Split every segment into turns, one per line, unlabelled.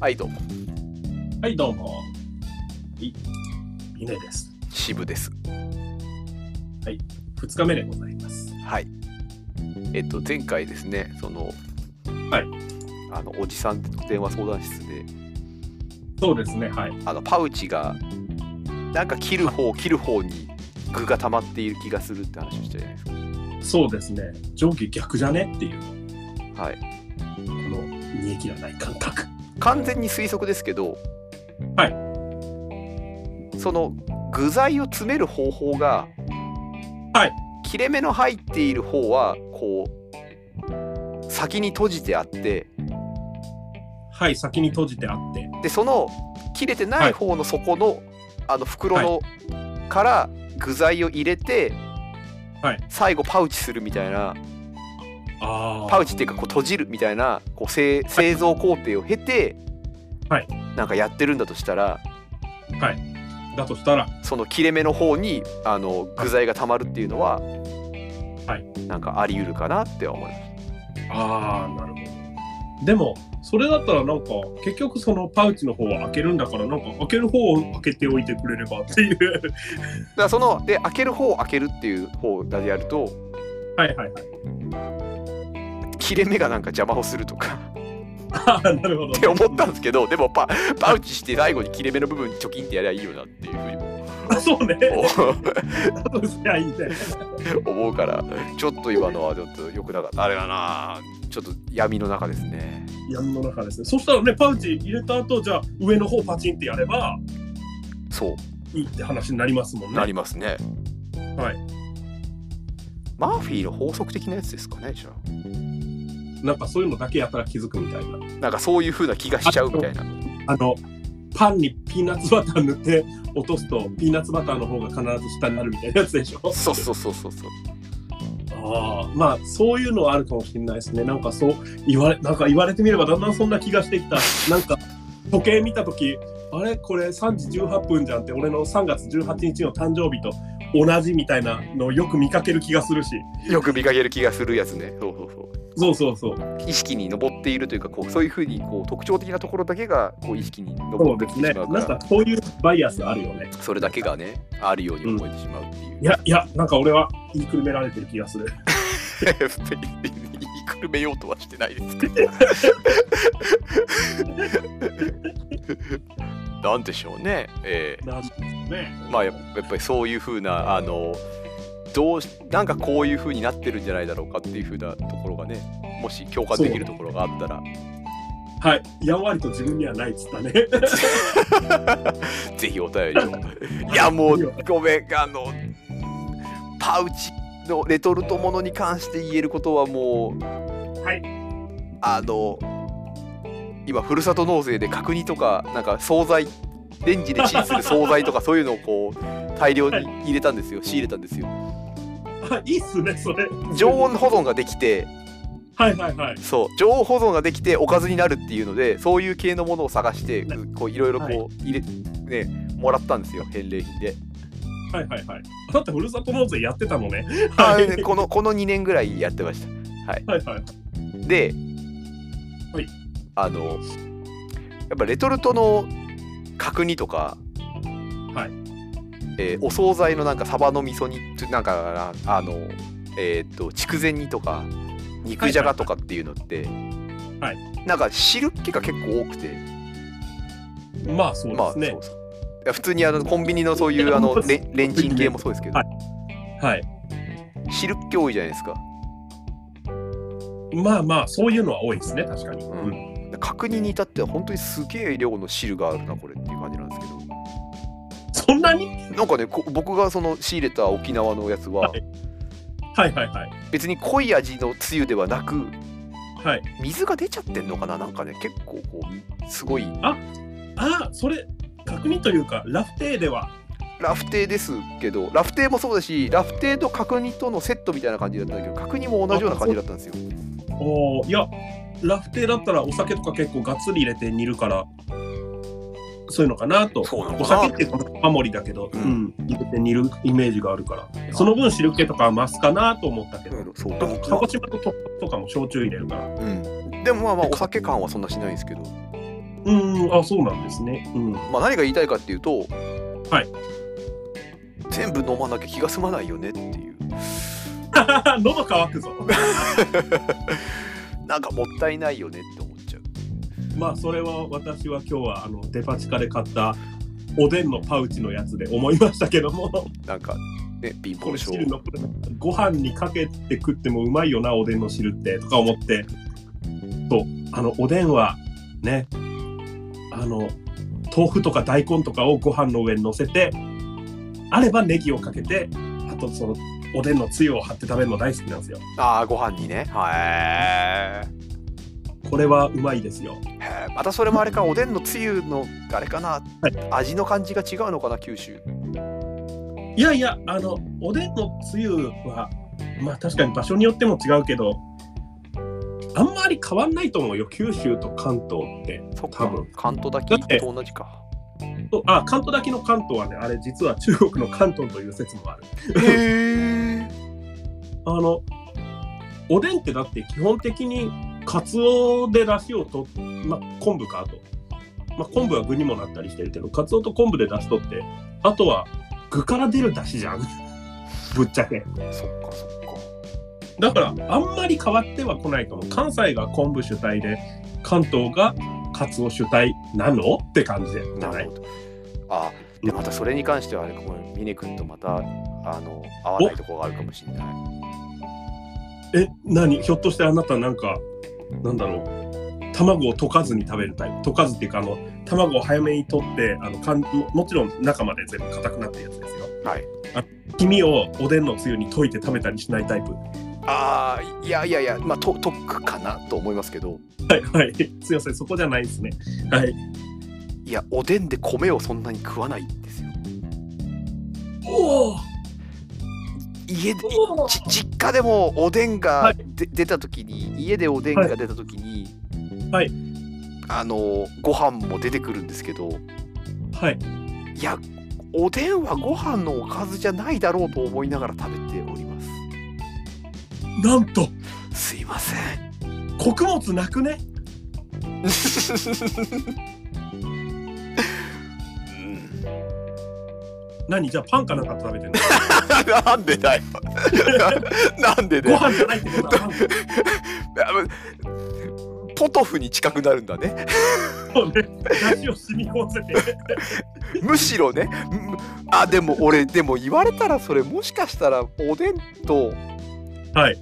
はい、どうも。
はい、どうも。はい、ミネです。
渋です。
2日目でございます。
はい。えっと、前回ですね、その、
はい。
あの、おじさんと電話相談室で、
そうですね、はい。
あの、パウチが、なんか切る方、切る方に具が溜まっている気がするって話をしてないです
そうですね、上下逆じゃねっていう、
か。はい。
この煮え切らない感覚。
完全に推測ですけど、。
はい
その、具材を詰める方法が、
はい。
切れ目の入っている方は、こう、先に閉じてあって、
はい、先に閉じてあって。
でその切れてない方の底の、あの袋の、から具材を入れて、
はい
最後パウチするみたいな
あ
パウチっていうかこう閉じるみたいなこう製製造工程を経て、
はい
なんかやってるんだとしたら
だとしたら、
その切れ目の方にあの具材がたまるっていうのは、
は
なんかあり得るかなって思います。
ああ、なるほど。でも、それだったらなんか、結局そのパウチの方は開けるんだから、なんか開ける方を開けておいてくれればっていう。
だからそので開ける方を開けるっていう方でやると
はいはいはい。
切れ目がなんか邪魔をするとか。
ああ、なるほど。
って思ったんですけどでもパパウチして最後に切れ目の部分にチョキンってやりゃいいよなっていうふうに
そう ね。
も
だとすりゃいいね。
う思う からちょっと今のはちょっと良くなかったあれだなちょっと闇の中ですね
闇の中ですね。そしたらね、パウチ入れた後、じゃあ上の方パチンってやれば
そ
いいって話になりますもん
う
ね。
なりますね
はい
マーフィーの法則的なやつですかねじゃあ
なんかそういうのだけやたら気づくみたいな。
なんかそういうふうな気がしちゃうみたいな
あの、パンにピーナッツバター塗って落とすと、ピーナッツバターの方が必ず下になるみたいなやつでしょ。
そうそうそうそうそう
ああ、まあそういうのはあるかもしれないですね。なんかそう言われ、なんか言われてみればだんだんそんな気がしてきた。なんか時計見たとき、あれこれ3時18分じゃんって、俺の3月18日の誕生日と同じみたいなのをよく見かける気がするし。
よく見かける気がするやつねそうそうそう
そうそうそう。
意識に上っているというかこうそういうふうにこう特徴的なところだけがこう意識に
そ
上
う
って
で
き
す
て
ね。
しま
な
うんから
かそういうバイアスあるよね。
それだけがねあるように思えてしまうっていう、
いやいや、なんか俺は言いくるめられてる気がする。
別に言いくるめようとはしてないですけどなんでしょうねえ
なんですね。
ーまあややっぱりそういうふうなあのどうしなんかこういうふうになってるんじゃないだろうかっていうふうなところがねもし共感できるところがあったら
はい、やんわりと自分にはないっつったね。
ぜひお便りを いやもうごめんあのパウチのレトルトものに関して言えることはもう
はい、
あの今ふるさと納税で角煮とかなんか惣菜レンジでチンする惣菜とかそういうのをこう大量に入れたんですよ仕入れたんですよ
あいいっすね、それ。
常温保存ができて
はいはいはい。
そう常温保存ができておかずになるっていうのでそういう系のものを探して
ね
こういろいろ
はい
こう入れ、ねもらったんですよ返礼品で
はいはいはい。だってふるさと納税やってたのね。
あ
はい、
でこのこの2年ぐらいやってました
はいはい。
で、
はい
あのやっぱレトルトの角煮とか、
はい
えーお惣菜のなんかサバの味噌煮つなんかあの、えーっと筑前煮とか肉じゃがとかっていうのって、
はい
なんか汁っ気が結構多くて、
まあそう
まあ
ですね
そう。そういや普通にあのコンビニのそういうあのレレンチン系もそうですけど、
ははい。
汁っ気多いじゃないですか。
まあまあ、そういうのは多いですね、確かに。
うん角煮に至っては本当にすげえ量の汁があるなこれっていう感じなんですけど。
そんなに
なんかねこ僕がその仕入れた沖縄のやつは
はいはいはいはい。
別に濃い味のつゆではなく
はい、
水が出ちゃってんのかななんかね結構こうすごい
ああ、それ、確認というか、ラフテーでは。
ラフテーですけどラフテーもそうだしラフテーと角煮とのセットみたいな感じだったんだけど角煮も同じような感じだったんですよ
おおいや、ラフテーだったらお酒とか結構がっつり入れて煮るから、そういうのかなと。
そうなの
お
かな
酒ってこのハモリだけど、
う
うんん、入れて煮るイメージがあるから、その分汁気とかは増すかなと思ったけど、
そう
でも鹿児島ととかも焼酎入れるから、
うんでもまあまあお酒感はそんなしないんですけど
うん、あ、そうなんですね。うん。
まあ、何が言いたいかっていうと、
はい
全部飲まなきゃ気が済まないよねっていう
喉乾くぞ。
なんかもったいないよねって思っちゃう
まあ、それは私は今日はあのデパ地下で買ったおでんのパウチのやつで思いましたけども、
なんかね貧
こ
乏
れ
症
汁のこれご飯にかけて食ってもうまいよな、おでんの汁ってとか思って、と、あの、おでんはね、あの、豆腐とか大根とかをご飯の上に乗せて、あればネギをかけて、あとその、おでんのつゆを張って食べるの大好きなんですよ。
ああご飯にねは
これはうまいですよ。
いへーまたそれもあれかおでんのつゆのあれかな、味の感じが違うのかな九州
いやいや、あの、おでんのつゆは、まあ確かに場所によっても違うけど、あんまり変わんないと思うよ、九州と関東って。
そっ
多
か
分
関東だ
だっ
け
て
と同じ か
とあ、関東だけの関東はね、あれ実は中国の関東という説もある。
へえ
あの、おでんってだって基本的に、カツオで出汁をとっ、まあ昆布か、あと。まあ昆布は具にもなったりしてるけど、カツオと昆布で出汁とって、あとは具から出る出汁じゃん。 ぶっちゃけ。
そっかそっ
だからあんまり変わってはこないと思う関西が昆布主体で関東がカツオ主体なのって感じじゃ
かな
な
る
い
ほどあでまたそれに関してはあれかも峰君とまたあの合わないとこがあるかもしれない
え何ひょっとしてあなたなんかなんだろう卵を溶かずに食べるタイプ溶かずっていうかあの卵を早めに取ってあのかんももちろん中まで全部硬くなってるやつですよ
はい
あ黄身をおでんのつゆに溶いて食べたりしないタイプは
ああいやいやいやまあと得かなと思いますけど
いはいすいませんそこじゃないですねはい
いやおでんで米をそんなに食わないんですよ
おお
家でち実家でもおでん
は
が
い
で、出た時に家でおでんが出た時に
はいはい
あのご飯も出てくるんですけど
はい
いやおでんはご飯のおかずじゃないだろうと思いながら食べておりま
なんと
すすいません
穀物なくね
うん
何じゃあパンかなんか食べて んの
なんで だよなんでだ
ご
よ
飯じゃないってこと は
あポトフに近くなるんだね
そうね出汁を染み込ませて
むしろねむあでも俺でも言われたらそれもしかしたらおでんと
はい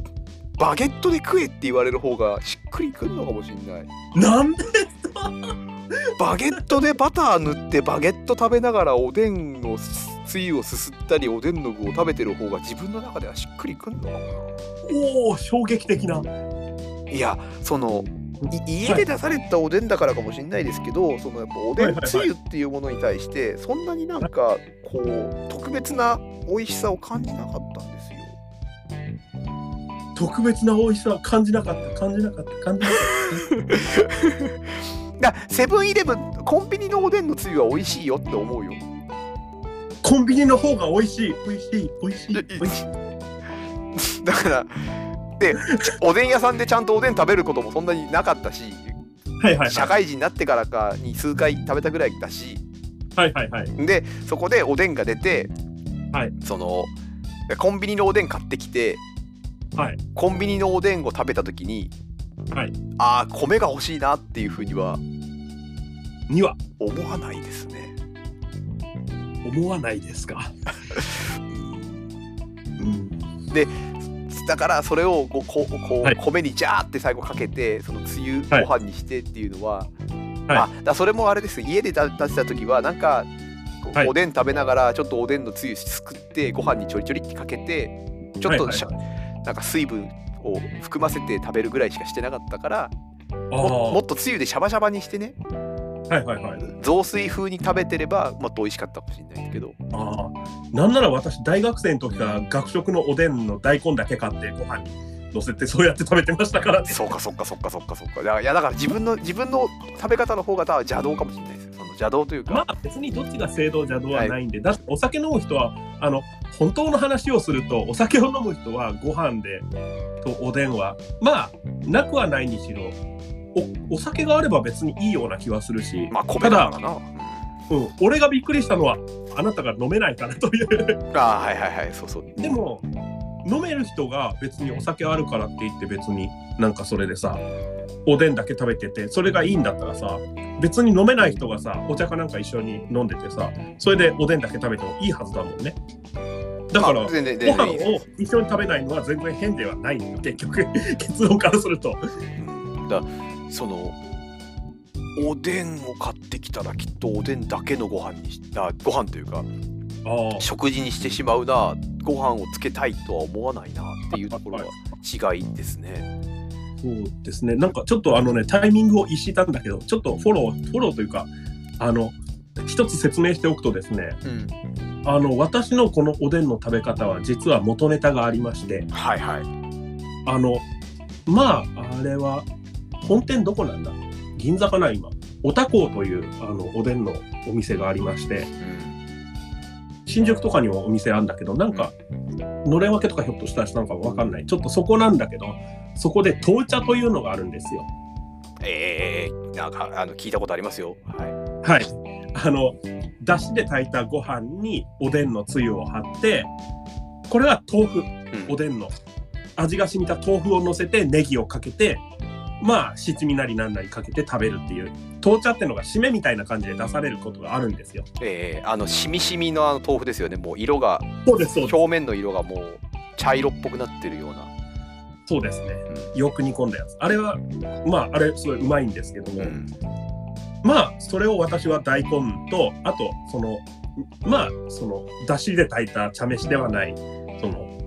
バゲットで食えって言われる方がしっくりくるのかもしんない
なんで
バゲットでバター塗ってバゲット食べながらおでんのつゆをすすったりおでんの具を食べてる方が自分の中ではしっくりくるのかも
おお衝撃的な
ないやそのい家で出されたおでんだからかもしれないですけどそのやっぱおで
はい
ん
はいはい
つゆっていうものに対してそんなになんかこう特別な美味しさを感じなかったんですよ。
特別な美味しさを感じなかった感じなかった感じなか
だセブンイレブンコンビニのおでんのつゆは美味しいよって思うよ。
ったコンビニの方が美味しい美味しい美味しい美味しい
だからでちおでん屋さんでちゃんとおでん食べることもそんなになかったし
はいはい
社
は
会人になってからかに数回食べたぐらいだし
いはいはいはい
でそこでおでんが出て、
はい
そのコンビニのおでん買ってきて、
はい
コンビニのおでんを食べた時に、
はい
ああ米が欲しいなっていうふうには
には
思わないですね。
思わないです かうん
だからそれをこうこうこう、
はい
米にジャーって最後かけてそのつゆご
はい
飯にしてっていうのは、
はい
あだからそれもあれです家で出出した時はなんかこう
はい
おでん食べながらちょっとおでんのつゆすくってご飯にちょりちょりってかけてちょっとしゃ、
はい
なんか水分を含ませて食べるぐらいしかしてなかったから
あ
も
あ
もっとつゆでシャバシャバにしてね
はいはいはい
雑炊風に食べてればもっと美味しかったかもしれないけど
ああなんなら私大学生の時から学食のおでんの大根だけ買ってご飯に乗せてそうやって食べてましたからね
そうかそうかそうかそうかそうかだからいやだから自分の自分の食べ方の方が多分邪道かもしれないですよその邪道というか、
まあ別にどっちが正道邪道はないんで、だってお酒飲む人はあの本当の話をするとお酒を飲む人はご飯でとおでんはまあなくはないにしろおお酒があれば別にいいような気はするし、
まあ米だからな。うん
うん、俺がびっくりしたのはあなたが飲めないからという
ああはいはいはいそうそう。
でも飲める人が別にお酒あるからって言って別になんかそれでさおでんだけ食べててそれがいいんだったらさ別に飲めない人がさお茶かなんか一緒に飲んでてさそれでおでんだけ食べてもいいはずだもんねだから
まあ
ご
全然全
飯
然いい
を一緒に食べないのは全然変ではないのよ結局 結論からすると
うんだそのおでんを買ってきたらきっとおでんだけのご飯にしあご飯というか
ああ
食事にしてしまうなご飯をつけたいとは思わないなっていうところが違いですね。
そうですね、なんかちょっとあのね、タイミングを逸したんだけど、ちょっとフォロー、フォローというか、あの、一つ説明しておくとですね、
うん、
あの、私のこのおでんの食べ方は、実は元ネタがありまして、
はいはい。
あの、まあ、あれは、本店どこなんだ銀座かな、今。おたこうというあのおでんのお店がありまして、
うん
新宿とかにもお店あるんだけど、なんか、のれん分けとかひょっとしたらしたのかわかんない。ちょっとそこなんだけど、そこで闘茶というのがあるんですよ。
ええなんかあの聞いたことありますよ。は
はい、あのだしで炊いたご飯におでんのつゆを張ってこれは豆腐
い。うん
おでんの味が染みた豆腐をのせてネギをかけてまあ七味なりなんなりかけて食べるっていう豆茶ってのが締めみたいな感じで出されることがあるんですよ。
ええあのしみしみのあの豆腐ですよね。もう色が
そうですそうです
表面の色がもう茶色っぽくなってるような。
そうですねよく煮込んだやつあれはまああれすごいうまいんですけど
う
も、
ん
まあそれを私は大根とあとそのまあそのだしで炊いた茶飯ではないその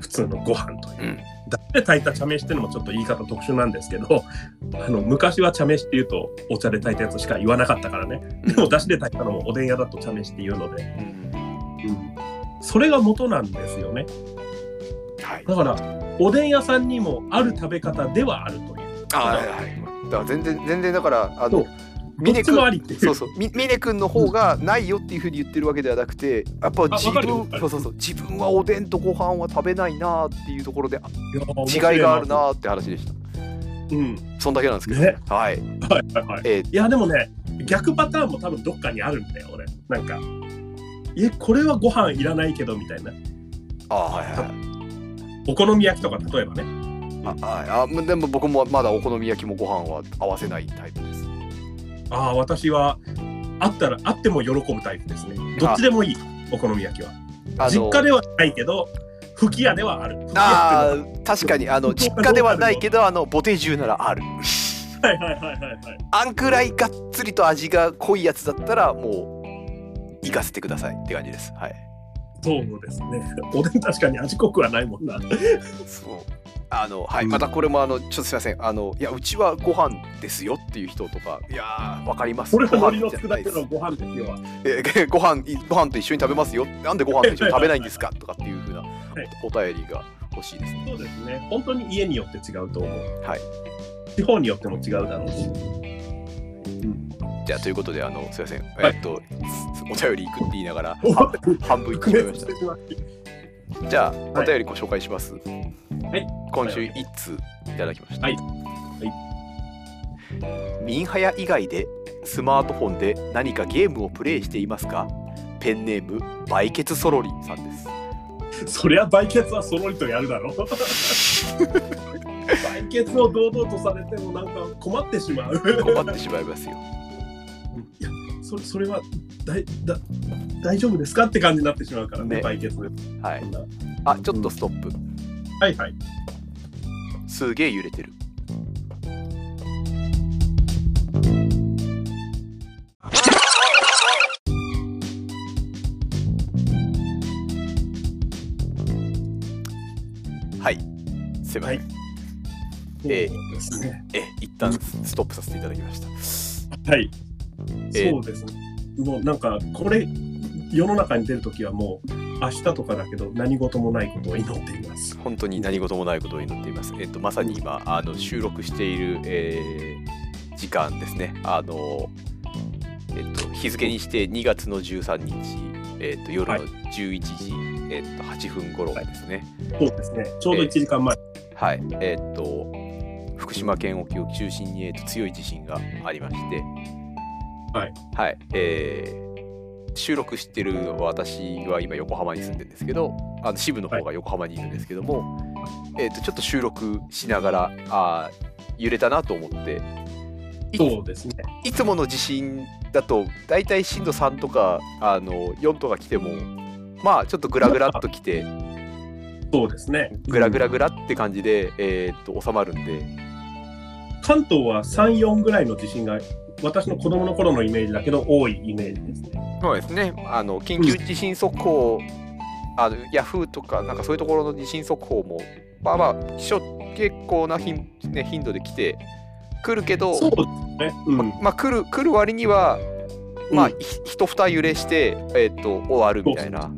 普通のご飯という
う、ん
だしで炊いた茶飯っていうのもちょっと言い方特殊なんですけどあの昔は茶飯っていうとお茶で炊いたやつしか言わなかったからねでもだしで炊いたのもおでん屋だと茶飯っていうので、
うん
それが元なんですよね
はい。
だからおでん屋さんにもある食べ方ではあるという
あはいはい。だから全然全然だからあ
そ
の
う
ミ
ど
ネ
っち
君
もありっていう
そうそうみミネ君の方がないよっていうふうに言ってるわけではなくてやっぱ自
あわかるわ
分
かる
そうそうそう自分はおでんとご飯は食べないなっていうところであ
いや面白
違い
な
があるなって話でした。
うん
そんだけなんですけど、
ね
はい。
はいはいはい
えー
いやでもね逆パターンも多分どっかにあるんだよ俺なんかえこれはご飯いらないけどみたいな
あはいはいはい。
お好み焼きとか例えばね
あはいあむでも僕もまだお好み焼きもご飯は合わせないタイプです。
ああ私はあったらあっても喜ぶタイプですねどっちでもいいお好み焼きは
あ
実家ではないけど吹き矢ではある吹き
あ
矢
ー確かにあの実家ではないけどあのボテ中ならある。
っていうのははいはいはいはいはい
あんくらいがっつりと味が濃いやつだったらもう行かせてくださいって感じです。はい。
そうですね おでん確かに味濃くはないもんな
そう。あのはい、
うん
またこれもあのちょっとすいませんあのいやうちはご飯ですよっていう人とかいやーわかります
俺は
ご
海
飯
苔の
じゃ
佃
ないで
煮
す
のご飯ですよ
え ーご飯いご飯と一緒に食べますよなんでご飯と一緒に食べないんですかとかっていうふうなおお便りが欲しいですね
そうですね本当に家によって違うと思う
はい
地方によっても違うだろうし
じゃあということであのすいません、
はい
えーっとすお便り行くって言いながら
お
半分半分いってしまいま
し
したたじゃあ
はい
お便りご紹介します、
い
今週1通いただきました
はい
ミンハヤ以外でスマートフォンで何かゲームをプレイしていますかペンネーム売血ソロリさんです
そりゃ売血はそろりとやるだろう 売血を堂々とされてもなんか困ってしまう
困ってしまいますよ
いやそれそれはだいだ大丈夫ですかって感じになってしまうからね
ね
売血そん
はい
な
あちょっとストップ
はいはい
すげえ揺れてるはいすいません、
は
ええ
そうですね
え一旦ストップさせていただきました
はい、
ええ
そうですねもうなんかこれ世の中に出るときはもう明日とかだけど何事もないことを祈っています
本当に何事もないことを祈っています。えっと、まさに今、あの収録している、えー時間ですね。あの、えっと、日付にして2月の13日、えっと、夜
はい
の11時、えっと、8分頃ですね。
そうですねちょうど1時間前、
はい。えっと、福島県沖を中心に、えーと強い地震がありまして、
はい
はいえー収録してるのは私は今横浜に住んでるんですけどあの支部の方が横浜にいるんですけども、えー、とちょっと収録しながらあー揺れたなと思ってい
そうですね。
いつもの地震だと大体震度3とかあの4とか来てもまあちょっとグラグラっと来て
そうですね。
グラグラグラって感じで、えーっと収まるんで
関東は3、4ぐらいの地震が、私の子供の頃のイメージだけど、多いイメージですね。
そうですねあの緊急地震速報あのヤフーとかなんかそういうところの地震速報もまあまあしょ結構な頻,、ね、頻度で来て来るけど、
そうですね。うん。
まあ、来る来る割にはまあ、
うん
ひひとふた揺れして、えーっと終わるみたいな
う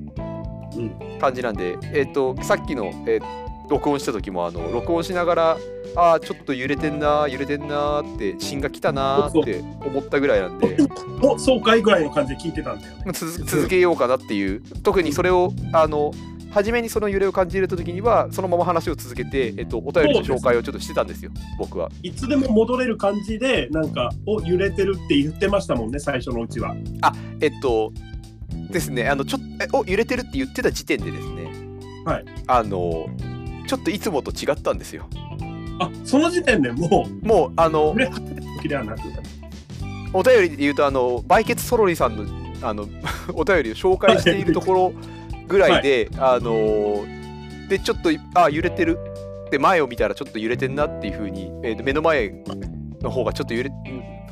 ん
感じなんで、えー、とさっきの、えー録音した時もあの録音しながらあーちょっと揺れてんなー揺れてんなーって芯が来たなーって思ったぐらいなんで
おそうかいぐらいの感じで聞いてたんだよね。
まあ 続続けようかなっていう特にそれをあの初めにその揺れを感じれた時にはそのまま話を続けて、えっと、お便りの紹介をちょっとしてたんですよ僕はい
つでも戻れる感じで、なんか、お揺れてるって言ってましたもんね、最初のうちは。
えっとですねあのちょっえお揺れてるって言ってた時点でですね
はい
あのちょっといつもと違ったんですよ
あその時点でも
もうあの
う、ね、時ではなく、
お便りで言うとあのバイケツソロリさんのあの お便りを紹介しているところぐらいで、あのーでちょっとあ揺れてるで前を見たらちょっと揺れてんなっていう風に、えー目の前の方がちょっと揺れ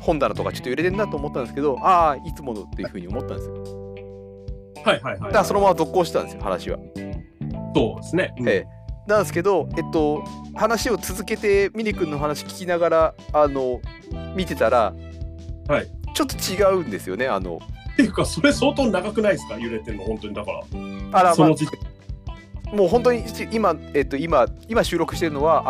本棚とかちょっと揺れてんなと思ったんですけどああいつものっていう風に思ったんですよだ
はいはいはい。
からそのまま続行したんですよ話は、
そうですね。うん
ええなんですけどえっと話を続けてミニ君の話聞きながらあの見てたら、
はい
ちょっと違うんですよねあの
っていうか、それ相当長くないですか、揺れてるの、本当にだから。
あら
そ
まあ
の時点
もう本当に一今、えっと、今今収録してるのは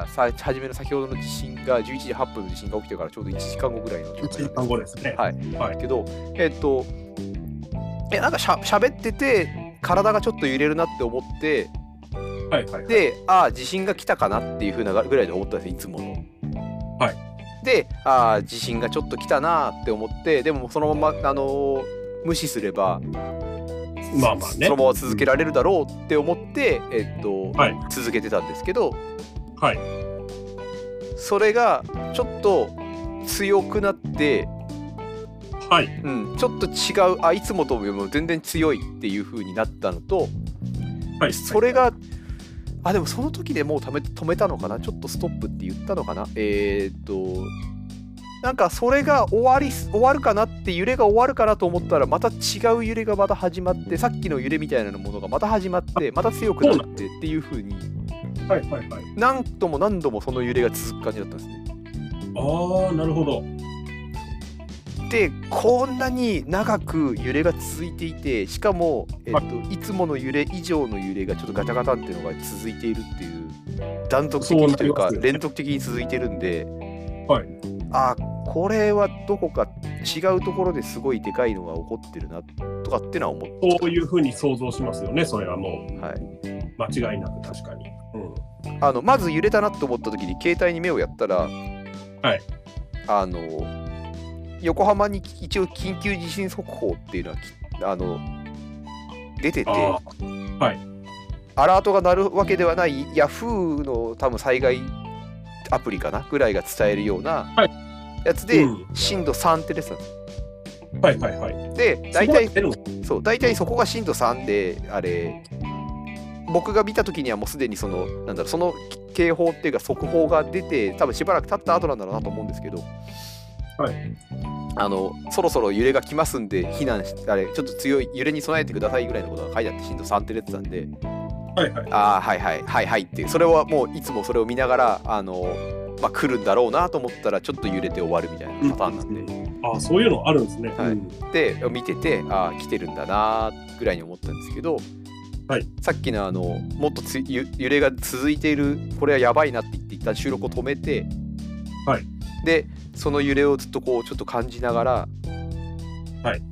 あーさ初めの先ほどの地震が11時8分の地震が起きてからちょうど1時間後ぐらいの状
1
態
時間後ですね。
はい
はい
けどえっとえなんかしゃ喋ってて体がちょっと揺れるなって思って
はいはい。
でああ地震が来たかなっていうふうなぐらいで思ったんですいつもの。
はい
でああ地震がちょっと来たなって思ってでもそのまま、あのー無視すれば
まあまあね
その。まま続けられるだろうって思って、えっと
はい
続けてたんですけど
はい。
それがちょっと強くなって、
はい。
うん、ちょっと違うあいつもとよりも全然強いっていう風になったのと
はい。
それがあでもその時でもうため止めたのかなちょっとストップって言ったのかなえーっとなんかそれが終わり終わるかなって揺れが終わるかなと思ったらまた違う揺れがまた始まってさっきの揺れみたいなものがまた始まってまた強くなってっていう風に
はいはいはい。
何度も何度もその揺れが続く感じだったんですね。
ああ、なるほど。
でこんなに長く揺れが続いていてしかも、えっと、
はい
つもの揺れ以上の揺れがちょっとガタガタっていうのが続いているっていう断続的にというか
そうなりますよね
連続的に続いてるんで、
はい
あこれはどこか違うところですごいでかいのが起こってるなとかっていうのは思っ
そういうふうに想像しますよね、それはもう。
はい
間違いなく、確かに。うん。
あのまず揺れたなと思った時に携帯に目をやったら、
い
あの横浜に一応緊急地震速報っていうのはきあの出てて
あ
アラートが鳴るわけではない Yahoo の多分災害アプリかなぐらいが伝えるような
はい
やつで、
うん
震度3って出てたんです
あ、はいはいはい。
で大体
そこまで出るの
そう大体そこが震度3であれ僕が見た時にはもうすでにそのなんだろうその警報っていうか速報が出て多分しばらく経った後なんだろうなと思うんですけど、、
はい
あのそろそろ揺れが来ますんで避難しあれちょっと強い揺れに備えてくださいぐらいのことが書いてあって震度3って出てたんで
はいはい。
ああはいはいはいはいってそれはもういつもそれを見ながらあの、まあ、来るんだろうなと思ったらちょっと揺れて終わるみたいなパターンなんで。
ああ、そういうのあるんですね。
はい
うん
で見ててあー来てるんだなーぐらいに思ったんですけど、
はい
さっきのあのもっとつゆ揺れが続いているこれはやばいなって言って一旦収録を止めて、
はい
でその揺れをずっとこうちょっと感じながら、
はい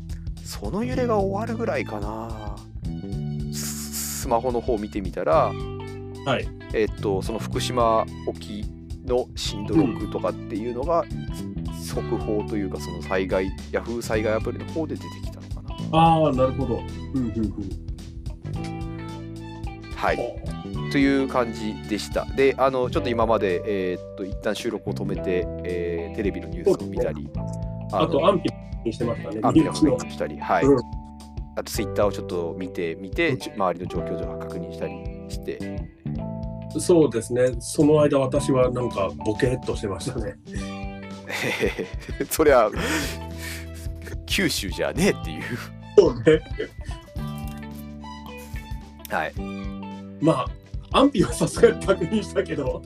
その揺れが終わるぐらいかなススマホの方見てみたら、
はい
えっとその福島沖の震度6とかっていうのが速報というかその災害 Yahoo 災害アプリの方で出てきたのかな
ああ、なるほど。うんうんうん。
はいという感じでしたであのちょっと今までえーっと一旦収録を止めて、えーテレビのニュースを見たり
あ
の
と、安否にしてましたね。
アプリを
身内
確
の
認したり、はい
うん
あとツイッターをちょっと見てみて、
うん
周りの状況とか確認したりして
そうですね。その間、私はなんかボケっとしてましたね。
えーそりゃ九州じゃねえっていう
そうね。
はい
まあ、安否はさすがに確認したけど。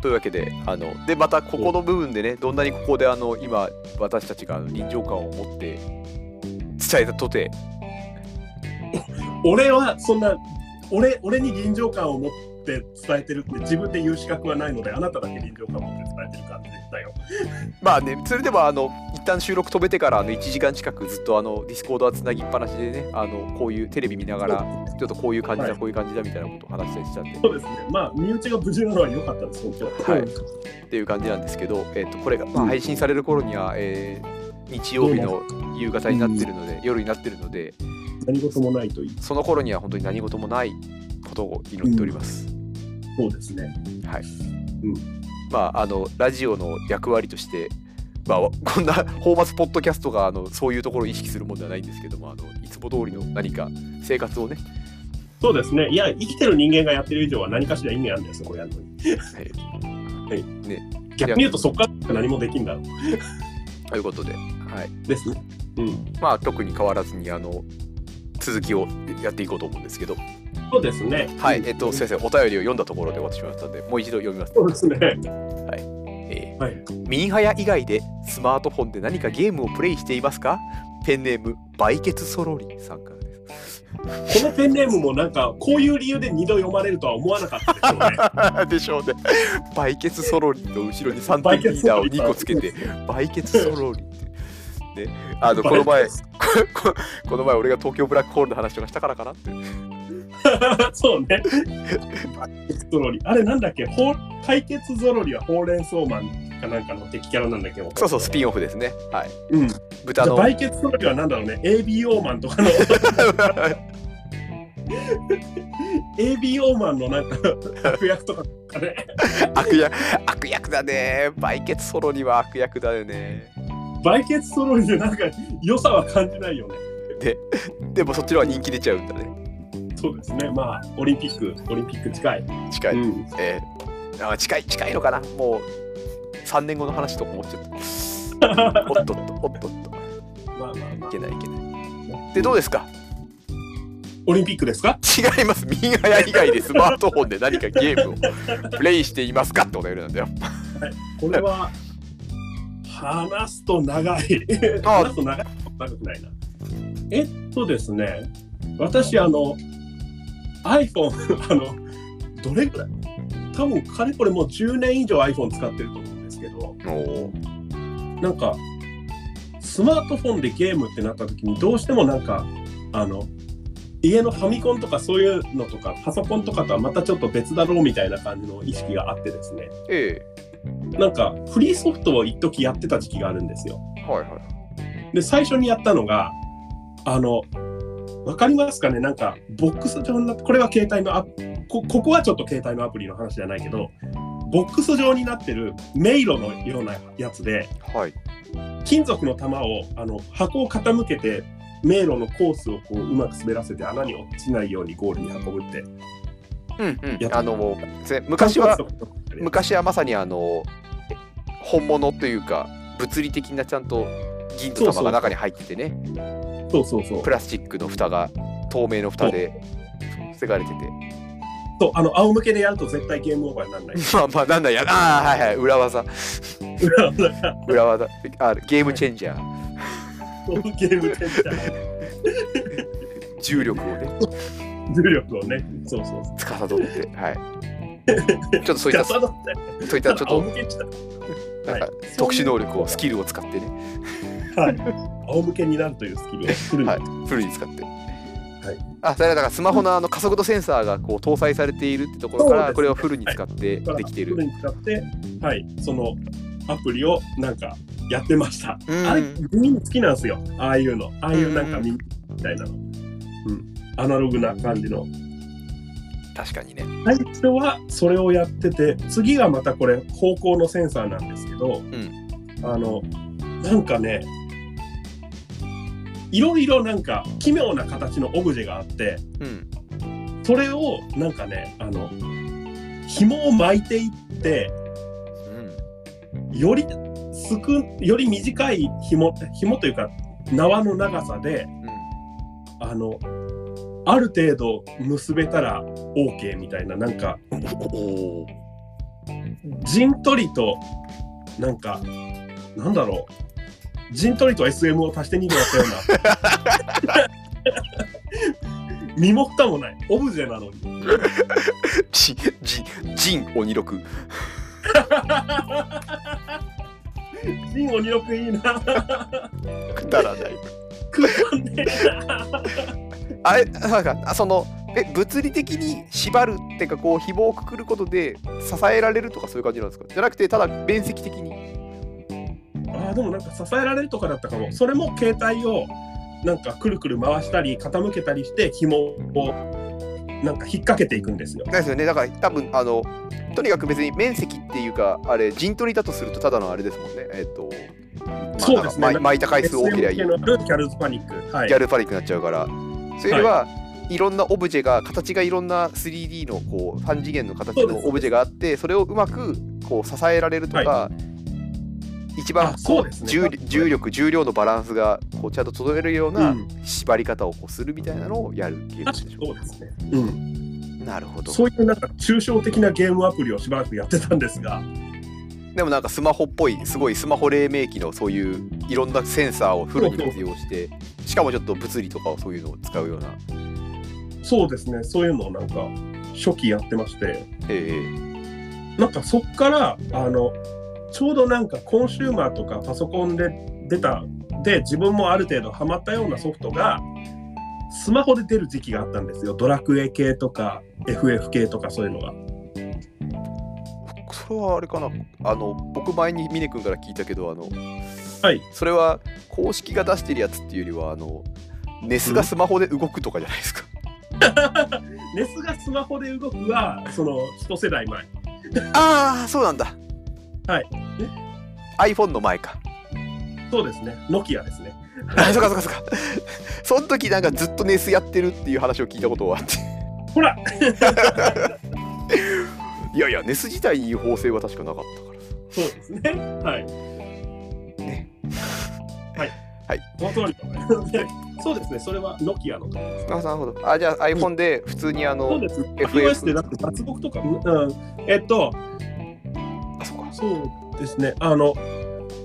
というわけであのでまたここの部分でねどんなにここであの今私たちがあの臨場感を持って伝えたとて
俺はそんな、俺、俺に臨場感を持って伝えてるって自分で言う資格はないので、あなただけ臨場感を持って伝えてる感じでしたよ。
まあねそれでもあの一旦収録止めてからあの1時間近くずっとあのディスコードはつなぎっぱなしでねあのこういうテレビ見ながらちょっとこういう感じだ、
はい
こういう感じだみたいなことを話したりしたんで
そうですね。まあ、身内が無事なのは良かったです、本当
はいっていう感じなんですけど、えっとこれがまあ配信される頃には、えー日曜日の夕方になってるので夜になってるので
何事もないといい。
その頃には本当に何事もないことを祈っております。
そうですね。
はい。
うん
まああのラジオの役割として。まあ、わこんな 放末ポッドキャストがあのそういうところを意識するものではないんですけどもあのいつも通りの何か生活をね、
そうですね。いや、生きてる人間がやってる以上は何かしら意味あるんですよ、これやるのに。
はい
逆に言うと、そこから何もできんだろう。
ということで、はい
ですね。うん。
まあ、特に変わらずにあの続きをやっていこうと思うんですけど、
そうですね。
はいえっと、先生お便りを読んだところで終わってしまったのでもう一度読みます、
そうですね。
えー
はい。
ミニハヤ以外でスマートフォンで何かゲームをプレイしていますかペンネーム売血ソロリさんからです
このペンネームもなんか、こういう理由で二度読まれるとは思わなかったで しょう ね。
でしょうね。売血ソロリの後ろに3点リーダーを2個つけて、売血ソロリって。ね、あのこの前ここ この前俺が東京ブラックホールの話とかしたからかなって
そうね。ゾロリ。あれなんだっけほう解決ゾロリはほうれん草マンかなんかの敵キャラなんだっけど。
そうそうスピンオフですねはい
うん。
豚
じゃ
の
あ売血ゾロリはなんだろうね。ABO マンとかの。ABO マン のなんか、悪役とかかね。
悪役悪役だね売血ソロリは悪役だよね
売血ゾロリでなんか良さは感じないよね。
でもそっちの方が人気出ちゃうんだね
そうですね。まあ、オリンピック、オリンピック近い。
近い、
うん。
えーあ近い近いのかなもう3年後の話とか思っちゃった おっとっとおっとっと
まあまあま
い
あ
け。ないいけない。でどうですか
オリンピックですか
違います。ミンハヤ以外でスマートフォンで何かゲームをプレイしていますかってお便りなんだよ。
これは、話すと長い。
あ
話すと長い。長くないな。えっとですね、私、あの、iPhone、あの、 どれくらい多分、かれこれもう10年以上 iPhone 使ってると思うんですけど、
おー
なんか、スマートフォンでゲームってなった時に、どうしてもなんか、あの、家のファミコンとかそういうのとか、パソコンとかとはまたちょっと別だろうみたいな感じの意識があってですね、
え
なんかフリーソフトを一時やってた時期があるんですよ。
えはいはい。
で最初にやったのがあのわかりますかねなんかボックス状になってこれは携帯のアこここはちょっと携帯のアプリの話じゃないけどボックス状になってる迷路のようなやつで
はい。
金属の玉をあの箱を傾けて迷路のコースをこううまく滑らせて穴に落ちないようにゴールに運ぶって
うんう
やっ
ん。あのもうぜ昔は
缶コーヒーとか
昔はまさにあのえ本物というか物理的なちゃんと銀の玉が中に入っててね
そうそうそう
プラスチックの蓋が透明の蓋で防がれてて
そうあの仰向けでやると絶対ゲームオーバーにならない
まあまあなんだやああはいはい裏技裏技あゲームチェンジャー
そうゲームチェンジャー
重力をね
重力をね、そうそうそう。
司って、 はい。ちょっとそういった、
じ
そ
ゃあただただ
ういったちょっ
仰
と
向けにした
なん
は
か
い
特殊能力を、スキルを使ってね、
はい、仰向けになるというスキルをフルに、
は
はいい、
フルに使って。
はい。
あそれはだからスマホのあの加速度センサーがこう搭載されているってところか
そうです
ら
ね
これをフルに使ってできてる
そ。れに使って、はい、そのアプリをなんかやってました。
うん
あれ、耳に好きなんですよ。ああいうの。ああいうなんか
うんうん
耳みたいなの。うん。アナログな感じの。
確かにね。
最初はそれをやってて、次がまたこれ、方向のセンサーなんですけど、あの、なんかね、いろいろなんか奇妙な形のオブジェがあって、
うん
それをなんかね、あの、紐を巻いていって、
うん
よりすくより短い紐紐というか縄の長さであのある程度結べたら OK みたいななんか
おお
陣取りとなんかなんだろう陣取りと SM を足して2でやったような 身も蓋もないオブジェなのに
ジンジンジン鬼六
陣鬼六いいな
くだらない。
くだんねえな
あれなんかあそのえ物理的に縛るってかこう紐をくくることで支えられるとかそういう感じなんですかじゃなくてただ面積的に。
あーでもなんか支えられるとかだったかもそれも携帯をなんかくるくる回したり傾けたりして紐をなんか引っ掛けていくんですよ
なんですよねだから多分あのとにかく別に面積っていうかあれ陣取りだとするとただのあれですもんねえっ、と。まあ
そうですね
なんか巻い巻いた回数を多けりゃいい。
SM 系のルーキャルズパニックはい
ギャルパニックになっちゃうから、そういうよりは、い、ろんなオブジェが形がいろんな 3D のこう3次元の形
そうで
の
す
オブジェがあってそれをうまくこう支えられるとか、一番
あそ
こ
う
う
ですね
重力重力重量のバランスがこうちゃんと整えるよう
う
なん縛り方をこうするみたいなのをやるゲーム
確か
で
に
しょ
そうですね、うん、
なるほど
そういうなんか抽象的なゲームアプリをしばらくやってたんですが
でもなんかスマホっぽいすごいスマホ黎明期のそういういろんなセンサーをフルに活用してしかもちょっと物理とかをそういうのを使うような
そうですねそういうのをなんか初期やってまして
え
なんかそっからあのちょうどなんかコンシューマーとかパソコンで出たで自分もある程度ハマったようなソフトがスマホで出る時期があったんですよドラクエ系とか FF 系とかそういうのが
それはあれかなあの僕前に峰君から聞いたけどあの
はい
それは公式が出してるやつっていうよりはあのネスがスマホで動くとかじゃないですか、
ネスがスマホで動くはその一世代前
ああそうなんだ
はい
iPhone の前か
そうですねノキアですね
あそっかそっかそっかその時なんかずっとネスやってるっていう話を聞いたことはあって
ほら
いやいやネス自体に違法性は確かなかったからさ
そうですねはい
ね
はい
はい
その通りだそうですねそれはノキアのとこです
あなるほどあじゃあ iPhone で普通にあ
そう
の
です
FF
iOS でだって脱獄とかうんうんえっと
あそっか
そうですね。あの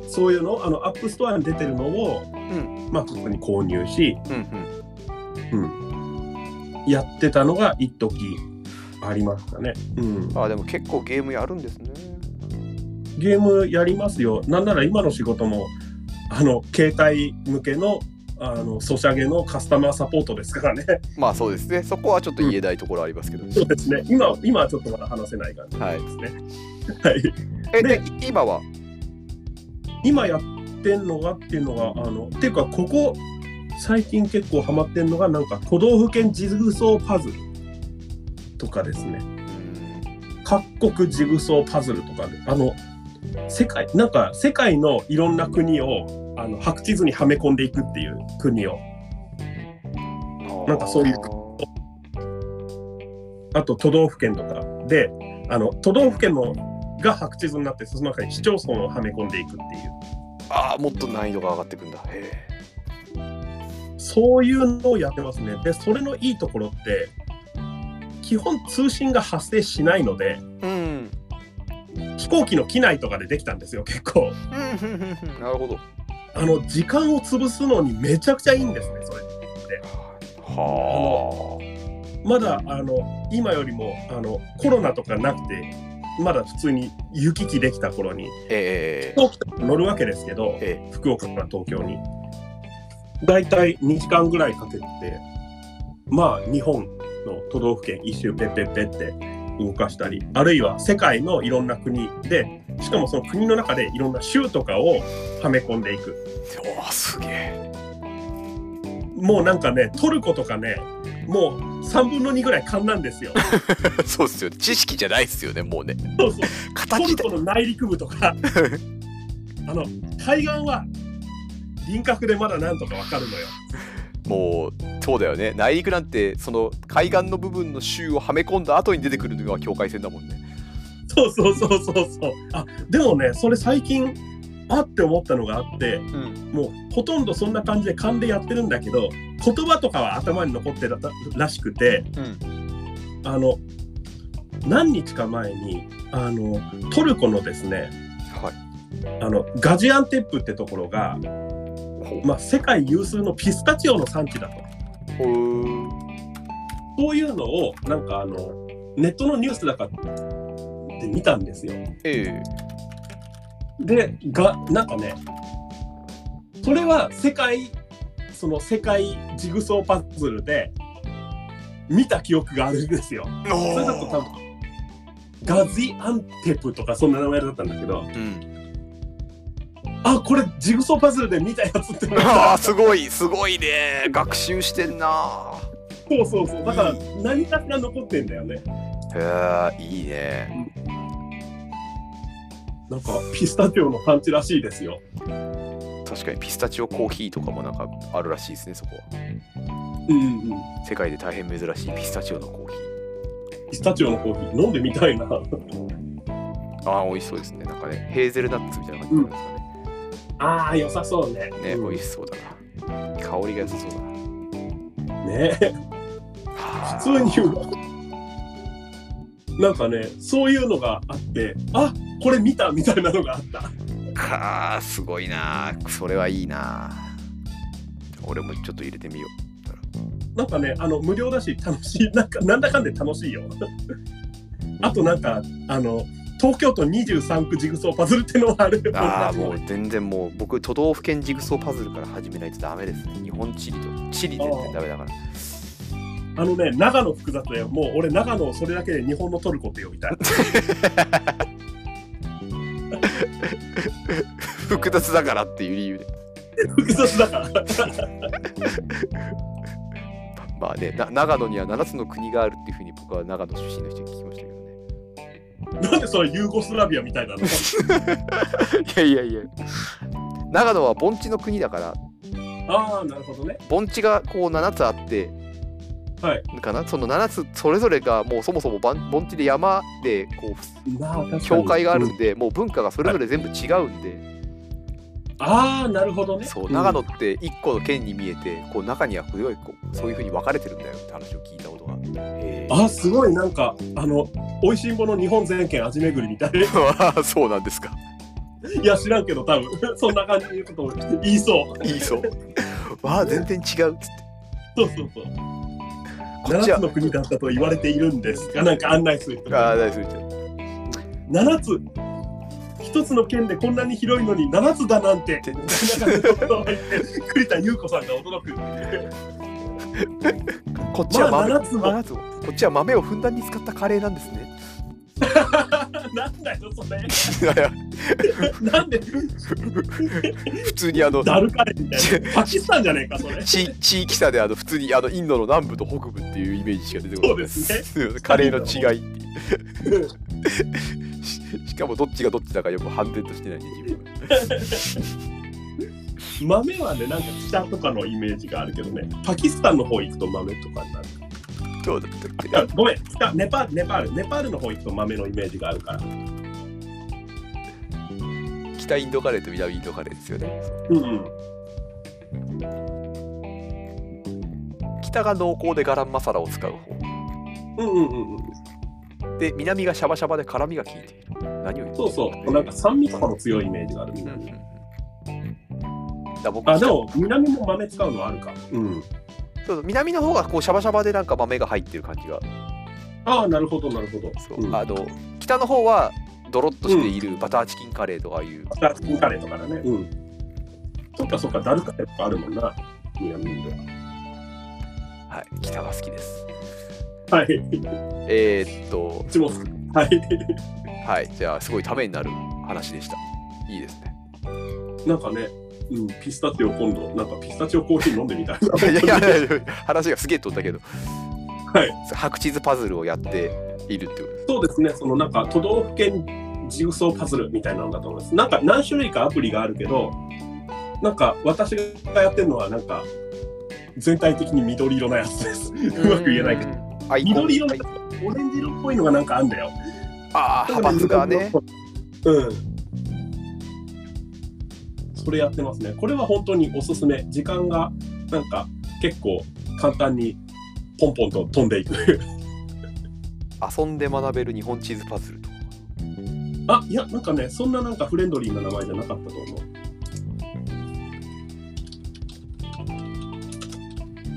そういうのあのアップストアに出てるのを、
ん
まあここに購入し、
うんうん
やってたのが一時ありましたね。うん。
あでも結構ゲームやるんですね
ゲームやりますよ。なんなら今の仕事もあの携帯向けのあのソシャゲのカスタマーサポートですからね。
まあそうですねそこはちょっと言えないところありますけど、
そうですね。今は今はちょっとまだ話せない感じ
はい
ですね。はい。
えで今は
今やってんのがっていうのがあのっていうかここ最近結構ハマってんのがなんか都道府県ジグソーパズルとかですね各国ジグソーパズルとかであの世界なんか世界のいろんな国をあの白地図にはめ込んでいくっていう国をなんかそういうあと都道府県とかであの都道府県のが白地図になってその中に市町村をはめ込んでいくっていう
ああもっと難易度が上がってくんだへ
そういうのをやってますね。で、それのいいところって、基本通信が発生しないので、
えうん
飛行機の機内とかでできたんですよ、結構。
なるほど
あの、時間を潰すのにめちゃくちゃいいんですね、それ。
は
まだ、あの、今よりも、あの、コロナとかなくて、まだ普通に行き来できた頃に、
あえ
飛行機とか乗るわけですけど
え、え
福岡から東京に。だいたい2時間ぐらいかけて、まあ日本の都道府県一周ペッペッペッって動かしたりあるいは世界のいろんな国でしかもその国の中でいろんな州とかをはめ込んでいく
おーすげえ
もうなんかねトルコとかねもう3分の2ぐらい勘なんですよ
そうっすよね知識じゃないっすよねもうね
そうそうト
形
ル
で
コの内陸部とかあの海岸は輪郭でまだなんとかわかるのよ
もうそうだよね内陸なんてその海岸の部分の州をはめ込んだ後に出てくるのが境界線だもんね
そうそうそうそうそうあでもねそれ最近あって思ったのがあって
うん
もうほとんどそんな感じで勘でやってるんだけど言葉とかは頭に残ってたらしくて
うん
あの何日か前にあのトルコのですね
はい
あのガジアンテップってところが、まあ、世界有数のピスタチオの産地だと
ほう
そういうのをなんかあのネットのニュースだかで見たんですよ。
ええ
でがなんかねそれは世界その世界ジグソーパズルで見た記憶があるんですよ。それだと多分ガジアンテプとかそんな名前だったんだけど
うん、
あこれジグソーパズルで見たやつって思った
ああすごいすごいね学習してんな
そうそうそうだから何かしら残ってんだよね
へえいいね
なんかピスタチオの産地らしいですよ
確かにピスタチオコーヒーとかもなんかあるらしいですねそこは
うんうん
世界で大変珍しいピスタチオのコーヒ
ピスタチオのコーヒー飲んでみたいな
ーああ美味しそうですねなんかねヘーゼルナッツみたいな感じなんですかね、
ああ良さそうね
ね
うん
美味しそうだな香りが良さそうだな
ね
はあ
普通に言うわなんかねそういうのがあってあこれ見たみたいなのがあった
かあすごいなそれはいいな俺もちょっと入れてみよ
なんかねあの無料だし楽しいなんかなんだかんで楽しいよ あとなんかあの東京都23区ジグソーパズルってのがある
うああ
同じ
もう全然もう僕都道府県ジグソーパズルから始めないとダメですね日本地理と地理全然ダメだから
あのね長野複雑だよもう俺長野をそれだけで日本のトルコって呼びたい
複雑だからっていう理由で
複雑だから
まあねな長野には7つの国があるっていうふうに僕は長野出身の人に聞きましたけど ね
なんでそれユーゴスラビアみたいな の
いやいやいや長野は盆地の国だから
ああなるほどね
盆地がこう7つあって、
はい
かなその7つそれぞれがもうそもそもばん盆地で山でこう
まあ確かに
境界がある
うん
んで、もう文化がそれぞれ全部違うんで、
ああなるほどね
そう長野って1個の県に見えてこう中にはこうこうそういうふうに分かれてるんだよって話を聞いたことがへー
あすごいなんかあの美味しんぼの日本全県味巡りみたい
あ そうなんですか
いや知らんけど多分 そんな感じのことを言いそう
いい そうわあ全然違うっつって
そうそうそう
こっち
7
は
つの国だったと言われているんですがなんか案内する人
あ
が
あ大丈夫です
7つ一つの県でこんなに広いのに7つだなん て
て
なんかそう言って栗田優子さんが驚く
こっちは
まあ
豆、
七つも
七つもこっちは豆をふんだんに使ったカレーなんですね
なんだよそれ
いやいや
なんで
普通にあの
ダルカレーみた いなパキスタンじゃねえかそれ
地地域差であの普通にあのインドの南部と北部っていうイメージしか出てこない
そう
ですカレーの違いっていうししかもどっちがどっちだかよく判定としてないね自分は
豆はねなんか北とかのイメージがあるけどねパキスタンの方行くと豆とかになる
どうだったっけ
あごめん北ネパールネパールネパールの方行くと豆のイメージがあるから
北インドカレーと南インドカレーですよね
うんうん
北が濃厚でガランマサラを使う方
うんうんうんうん
で南がシャバシャバで辛みが効いている何を言ってる
そうそうなんか酸味とかの強いイメージがあるみ
うん
た
う
い
ん
な
うんだ僕
あでも南も豆使うのあるかうん
そうそう南の方がこうシャバシャバでなんか豆が入ってる感じが
ああなるほどなるほど
そう、
うん
あの北の方はドロッとしているバターチキンカレーとかああいう、
バターチキンカレーとかだねうんそっかそっかダルカレーとかあるもんな南では
はい、北は好きです。
はい。
えーっと、
ちもはい。
はい、じゃあ、すごいためになる話でした。いいです ね。
なんかね、うん、ピスタチオ今度、なんかピスタチオコーヒー飲んでみたいな。
いやいやいや話がすげえ飛んだけど、
はい、
白地図パズルをやっているってことです。
そうですね、そのなんか都道府県ジグソーパズルみたいなのだと思います。なんか何種類かアプリがあるけど、なんか私がやってるのはなんか全体的に緑色なやつです。うまく言えないけど。
アイコン
緑色の
アイコン
オレンジ色っぽいのがなんかあんだよ。
ああ、派閥がね。。
うん。それやってますね。これは本当におすすめ。時間がなんか結構簡単にポンポンと飛んでいく。
遊んで学べる日本地図パズルと。
あいや、なんかね、そんななんかフレンドリーな名前じゃなかったと思う。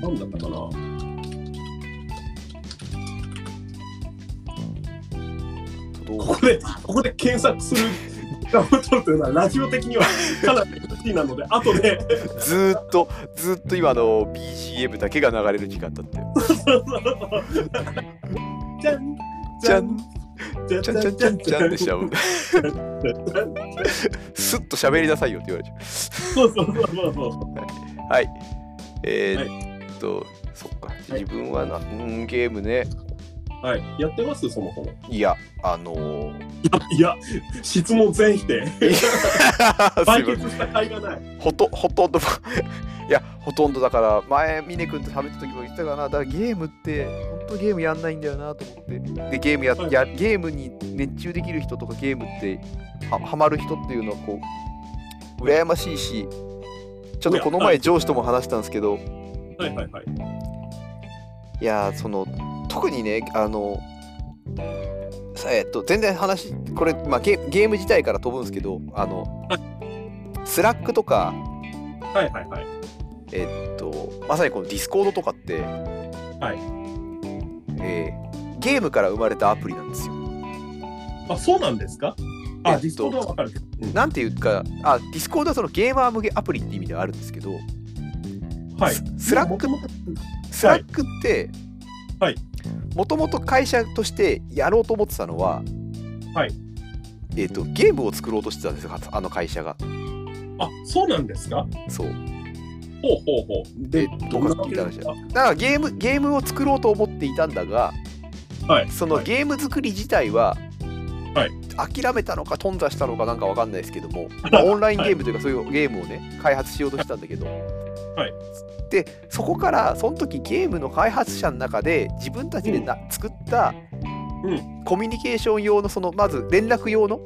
なんだったかな
都道
ここで、ここで検索する時間を取るというのは、ラジオ的にはかなり難しいなので、後で、
ずーっと、ずーっと今の BGM だけが流れる時間だって。
じゃん
じゃん、
じゃん
じ
じ
ゃ
ゃ
ん
ん
じ
じ
ゃ
ゃ
ん
ん
じ
じ
ゃ
ゃ
んじゃん
んじゃん
でしちゃ う。すっと喋りなさいよって言われちゃ。
そうそうそうそうそう
はい。えーっと、そっか。自分はな、うん、ゲームね。
う。はい、やってますそもそも。
いや、あ のー、
いや、質問全否定。
すい
解
ません
決した甲斐がない。
ほとほとんど いやほとんどだから前峰君と喋った時も言ったかなだからゲームって本当ゲームやんないんだよなと思ってでゲームや,、
はい
やゲームに熱中できる人とかゲームってはハマる人っていうのはこう羨ましいしちょっとこの
おやは
前上司とも話したんですけど
はいはいはい。
いやーその特にねあのさえっと全然話これ、まあ、ゲゲーム自体から飛ぶんですけどあのスラックとか
はいはいはい。
えっとまさにこのディスコードとかって、えーゲームから生まれたアプリなんですよ。
あ、そうなんですかあ、
えっと
ディスコードはわかるけど。うん
なんていうかあディスコードはそのゲーマー向けアプリって意味ではあるんですけど、
はい。
ススラック
もともと
スラックって
はい
もともと会社としてやろうと思ってたのは、
はい
えっとゲームを作ろうとしてたんですよあの会社が。
あ、そうなんですか
そう
ほうほうほう。
え
で
っと、
どんな
僕が聞いた話だ
あ
だからゲームゲームを作ろうと思っていたんだが、
はい
そのゲーム作り自体は、
はい
諦めたのか頓挫したのかなんかわかんないですけど も、まあオンラインゲームというかそういうゲームをね開発しようとしたんだけど、
はい
でそこからその時ゲームの開発者の中で自分たちでな、作った、
う
コミュニケーション用のそのまず連絡用の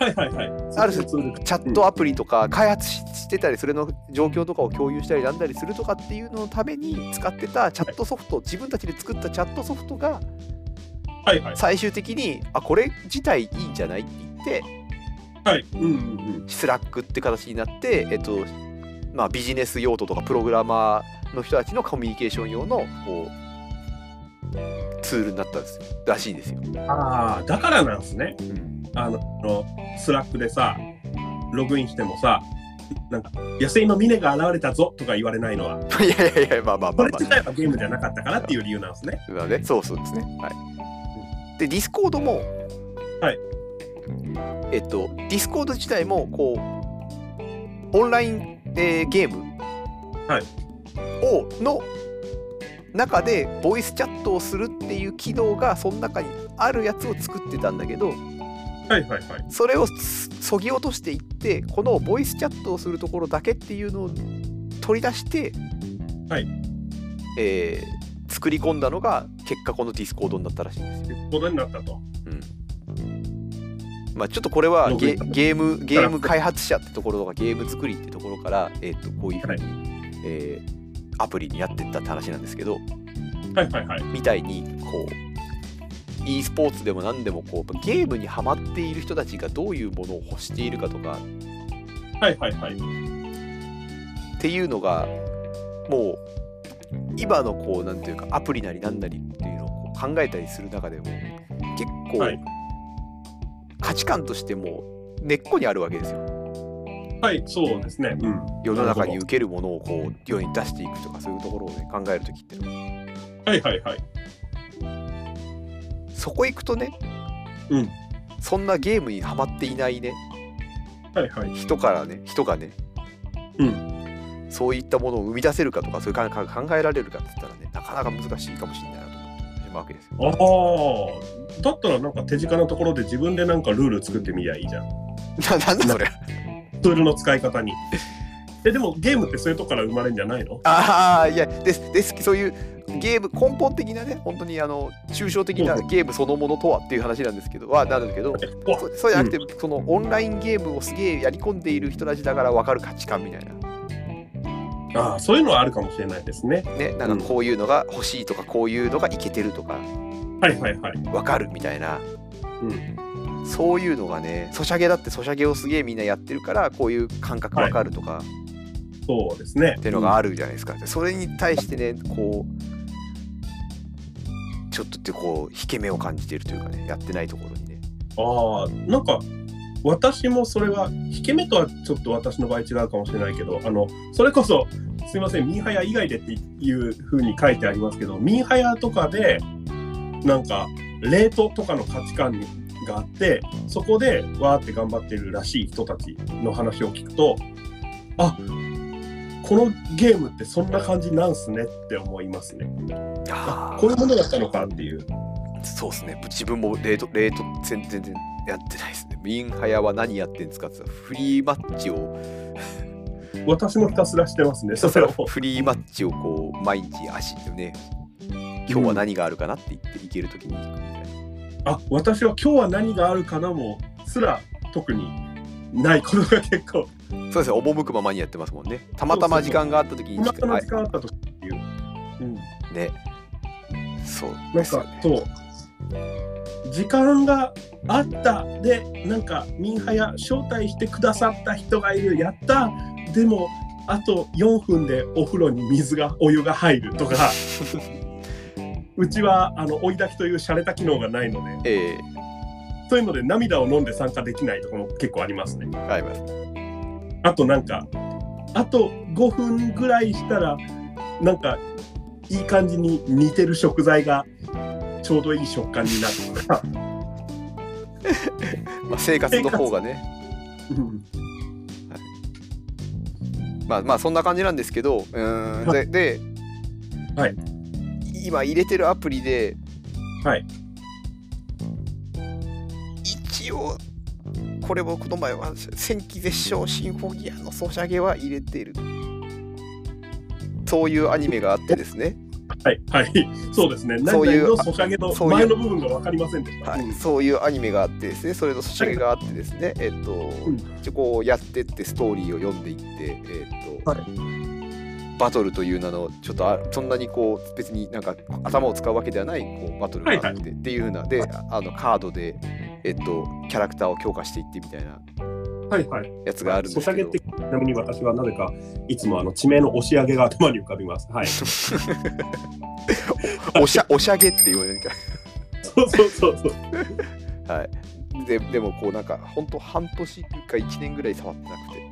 はいはいはい。
ある
そうそう
チャットアプリとか開発ししてたりそれの状況とかを共有したりなんだりするとかっていうののために使ってたチャットソフト自分たちで作ったチャットソフトが
はいはい。
最終的にあこれ自体いいんじゃないって言って
はい。うんうん
スラックって形になって、えっとまあ、ビジネス用途とかプログラマーの人たちのコミュニケーション用のこうツールになったんですよらしいんですよ。
うん。ああ、だからなんですね。
うん
あの、あのスラックでさ、ログインしてもさ、なんか、野生の峰が現れたぞとか言われないのは、
いやいやいやまあまあ
こ
まあ
れ
まあ
自。体はゲームじゃなかったからっていう理由なんですね。
まあね、そうそうですね。はい。で、ディスコードも、
はい。
えっと、ディスコード自体も、こう、オンライン、えーゲーム
はい
を、の中で、ボイスチャットをするっていう機能が、その中にあるやつを作ってたんだけど、
はいはいはい。
それをすそぎ落としていって、このボイスチャットをするところだけっていうのを取り出して、
はい。
えー作り込んだのが、結果このディスコードになったらしいんですよ
ことになったと。
まあ、ちょっとこれは
ログイ
ゲ
ン
ゲームゲーム開発者ってところとかゲーム作りってところから、えっとこういうふうに、えーアプリにやってったって話なんですけど
はいはいはい。
みたいにこう e スポーツでも何でもこうゲームにハマっている人たちがどういうものを欲しているかとか
はいはいはい。
っていうのがもう今のこうなんていうかアプリなりなんなりっていうのをこう考えたりする中でも結構、
はい
価値観としても根っこにあるわけですよ。
はい、そうですね。うん。
世の中に受けるものをこう世に出していくとかそういうところをね考える時って
はいはいはい。
そこ行くとね、
うん
そんなゲームにはまっていないね
はいはい。
人からね人がね、
う
そういったものを生み出せるかとかそういう考え考えられるかって言ったらねなかなか難しいかもしれないなと思ってしまうわけですよ。
ああ、だったらなんか手近なところで自分でなんかルール作ってみりゃいいじゃん。
ななんだそれ
ツールの使い方に。え、でもゲームってそういうとこから生まれるんじゃないの
ああいやですですそういうゲーム根本的なね本当にあの抽象的な
うん
ゲームそのものとはっていう話なんですけどはなんだけど
わ
そそうじゃなくて、そのオンラインゲームをすげえやり込んでいる人たちだから分かる価値観みたいな
ああ、そういうのはあるかもしれないですね。
ねなんかこういうのが欲しいとかこういうのがいけてるとか
はいはいはい。
分かるみたいな、そういうのがねソシャゲだってソシャゲをすげえみんなやってるからこういう感覚分かるとか、
そうですね。
っていうのがあるじゃないですか、でそれに対してねこうちょっとってこう引け目を感じているというかねやってないところにね
ああなんか私もそれは引け目とはちょっと私の場合違うかもしれないけどあのそれこそすいませんミーハヤ以外でっていうふうに書いてありますけどミーハヤとかでなんかレートとかの価値観があってそこでわーって頑張ってるらしい人たちの話を聞くとあこのゲームってそんな感じなんすねって思いますね。あこういうものだったのかっていう。
そうですね自分もレートレート全全然やってないですねミンハヤは何やってんですかって言ったらフリーマッチを
私もひたすらしてますね。それを。
フリーマッチをこう毎日足でね今日は何があるかなって言って行ける時に行くみたいな
あ私は今日は何があるかなもすら特にないことが結構
そうですね赴くままにやってますもんねたまたま時間があった時に
今かの時間あったとかっていう、うん、なん
ねそう
か
です
そ
よね
う時間があったでなんかミンハヤ招待してくださった人がいるやったでもあと4分でお風呂に水がお湯が入るとかうちはあの追い炊きという洒落た機能がないので
ええ
そういうので涙を飲んで参加できないところも結構ありますね。
あります
あとなんかあと5分ぐらいしたらなんかいい感じに似てる食材がちょうどいい食感になる とか
まあ、生活の方がね、
うん
まあ、まあそんな感じなんですけどうーんでで、
はい
今入れてるアプリで、
はい
一応これもこの前は戦記絶唱シンフォギアのソシャゲは入れてるそういうアニメがあってですね、
はいはいそうですね
そ
何
ういう
々のソシャゲの
そういう
前の部分が分かりませんでした
は
う
い、
ん
そういうアニメがあってですねそれのソシャゲがあってですねえっ、と、
ん
一応こうやってってストーリーを読んでいってえっ、と、
はい
バトルという名のちょっとあそんなにこう別になんか頭を使うわけではないこうバトルがあって、
はい
っていうふうなであのカードで、えっと、キャラクターを強化していってみたいな
はいはい
やつがあるんで
ソ
す
シャ
けど
ゲってちなみに私はなぜかいつもあの地名の押し上げが頭に浮かびます はい
おしゃおしゃげって言われるか
そうそうそうそう
ら、はい、ででもこうなんか本当半年か1年ぐらい触ってなくて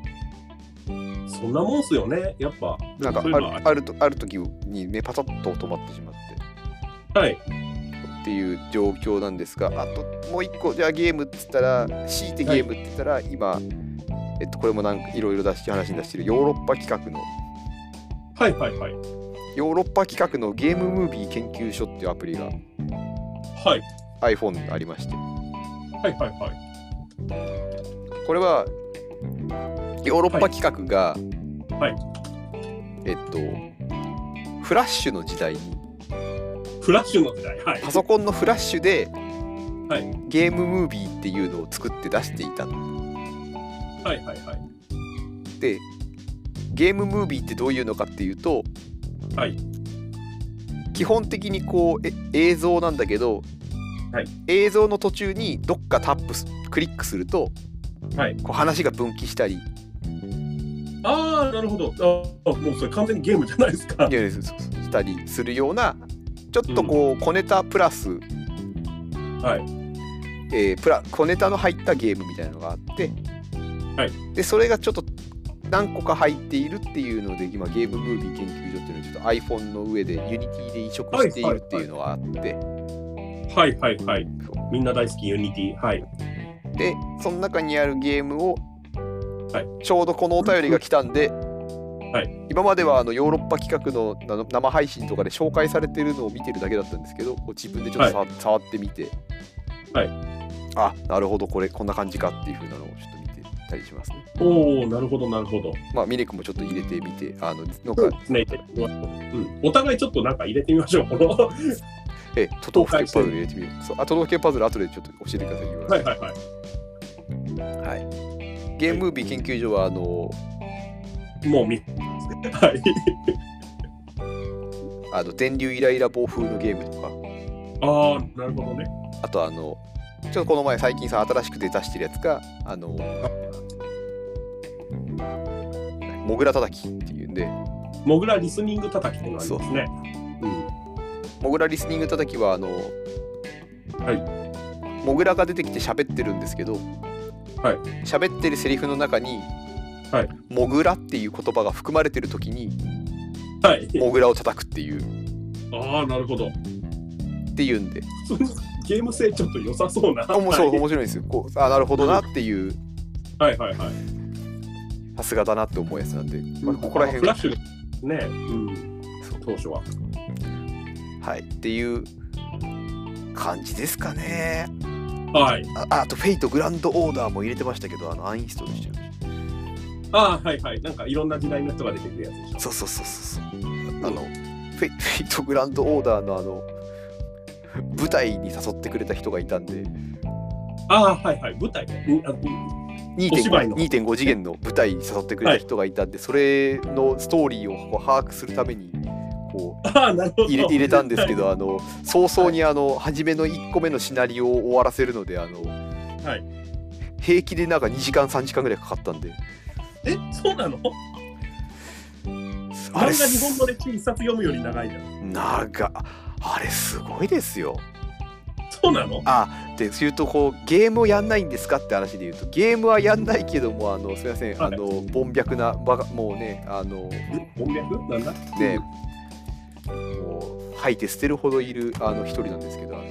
そんなもんっすよねやっぱ
なんかあ
そういうのはあ
るあるとある時にねパタッと止まってしまって。
はい
っていう状況なんですがあともう一個じゃあゲームっつったら強いてゲームって言ったら今、えっと、これもなんかいろいろ出し話に出してるヨーロッパ企画の
はいはいはい
ヨーロッパ企画のゲームムービー研究所っていうアプリが
はい
iPhone にありまして
はいはいはい
これはヨーロッパ企画が、
はい
えっとフラッシュの時代に
フラッシュの時代はい
パソコンのフラッシュで、
はい
ゲームムービーっていうのを作って出していた
はいはいはい
でゲームムービーってどういうのかっていうと、
はい
基本的にこうえ映像なんだけど、
はい
映像の途中にどっかタップすクリックすると、
はい
こう話が分岐したりい
ああ、なるほど。ああもうそれ完全にゲームじゃないです か。
やいやそうそうしたりするようなちょっとこう、小ネタプラス、
はい。
えープラ小ネタの入ったゲームみたいなのがあって
はい
でそれがちょっと何個か入っているっていうので今ゲームムービー研究所っていうのをちょっと iPhone の上で Unity で移植しているっていうのがあって、
はいはいはい。みんな大好き、ユニティ。はい。
でその中にあるゲームを、
はい
ちょうどこのお便りが来たんで、
い
今まではあのヨーロッパ企画のあの生配信とかで紹介されてるのを見てるだけだったんですけどこう自分でちょっと触,、触ってみて、
はい
あなるほどこれこんな感じかっていう風なのをちょっと見てたりしますね。
おお、なるほど、なるほど。
まあ、ミネ君もちょっと入れてみてあのなん
そう
か
ですね。うん、お互いちょっとなんか入れてみましょう。このは
え都道府県パズル入れてみよう。そうあ都道府県パズル後でちょっと教えてください。言わない
はいはい。
はい、ゲームムービー研究所はあの
もう見はい。
あの電流イライラ暴風のゲームとか
ああ、なるほどね。
あとあのちょっとこの前最近さ新しく出出してるやつがあのモグラ叩きっていうんで
モグラリスニング叩きっていうのがありますね。
モグラリスニング叩きはあの、モグラが出てきて喋ってるんですけど、
はい
喋ってるセリフの中に、
はい
モグラっていう言葉が含まれてる時に
うん、はい。
モグラを叩くっていう
ああ、なるほど。
っていうんで
普通にゲーム性ちょっと良さそうな。
面白い
はい
面白いんですよこうあなるほどなっていう
はいはいはい。
さすがだなって思うやつなんで、まあ、ここら辺
フラッシュですね、うん、当初は。
はい、っていう感じですかね。
はい。
あああと、フェイトグランドオーダーも入れてましたけど、あのアンインストールしてまし。
ああ、はいはい。なんかいろんな時代の人が出てくるやつでしたょ。
そうそうそうそうそう。あの、フェイフェイトグランドオーダーのあの、舞台に誘ってくれた人がいたんで、
ああ、はいはい。舞台ね。うん あお芝
2.5
居の
2.5次元の舞台に誘ってくれた人がいたんで、それのストーリーをこう把握するために、こう、
ああ、なるほど。
入れ入れたんですけど、あの早々にあの初めの1個目のシナリオを終わらせるので、あの、
い
平気でなんか2時間3時間ぐらいかかったんで、
え、そうなの
あ
あ
れ
れが日本語で一冊読むより長いじゃん。
長っあれすごいですよ。
そうなの
で言うとこうゲームをやんないんですかって話で言うとゲームはやんないけどもあのすみませんあ
はい
の凡脈なバカもうねあの
音楽なんだ
ねもう吐いて捨てるほどいるあの一人なんですけどあの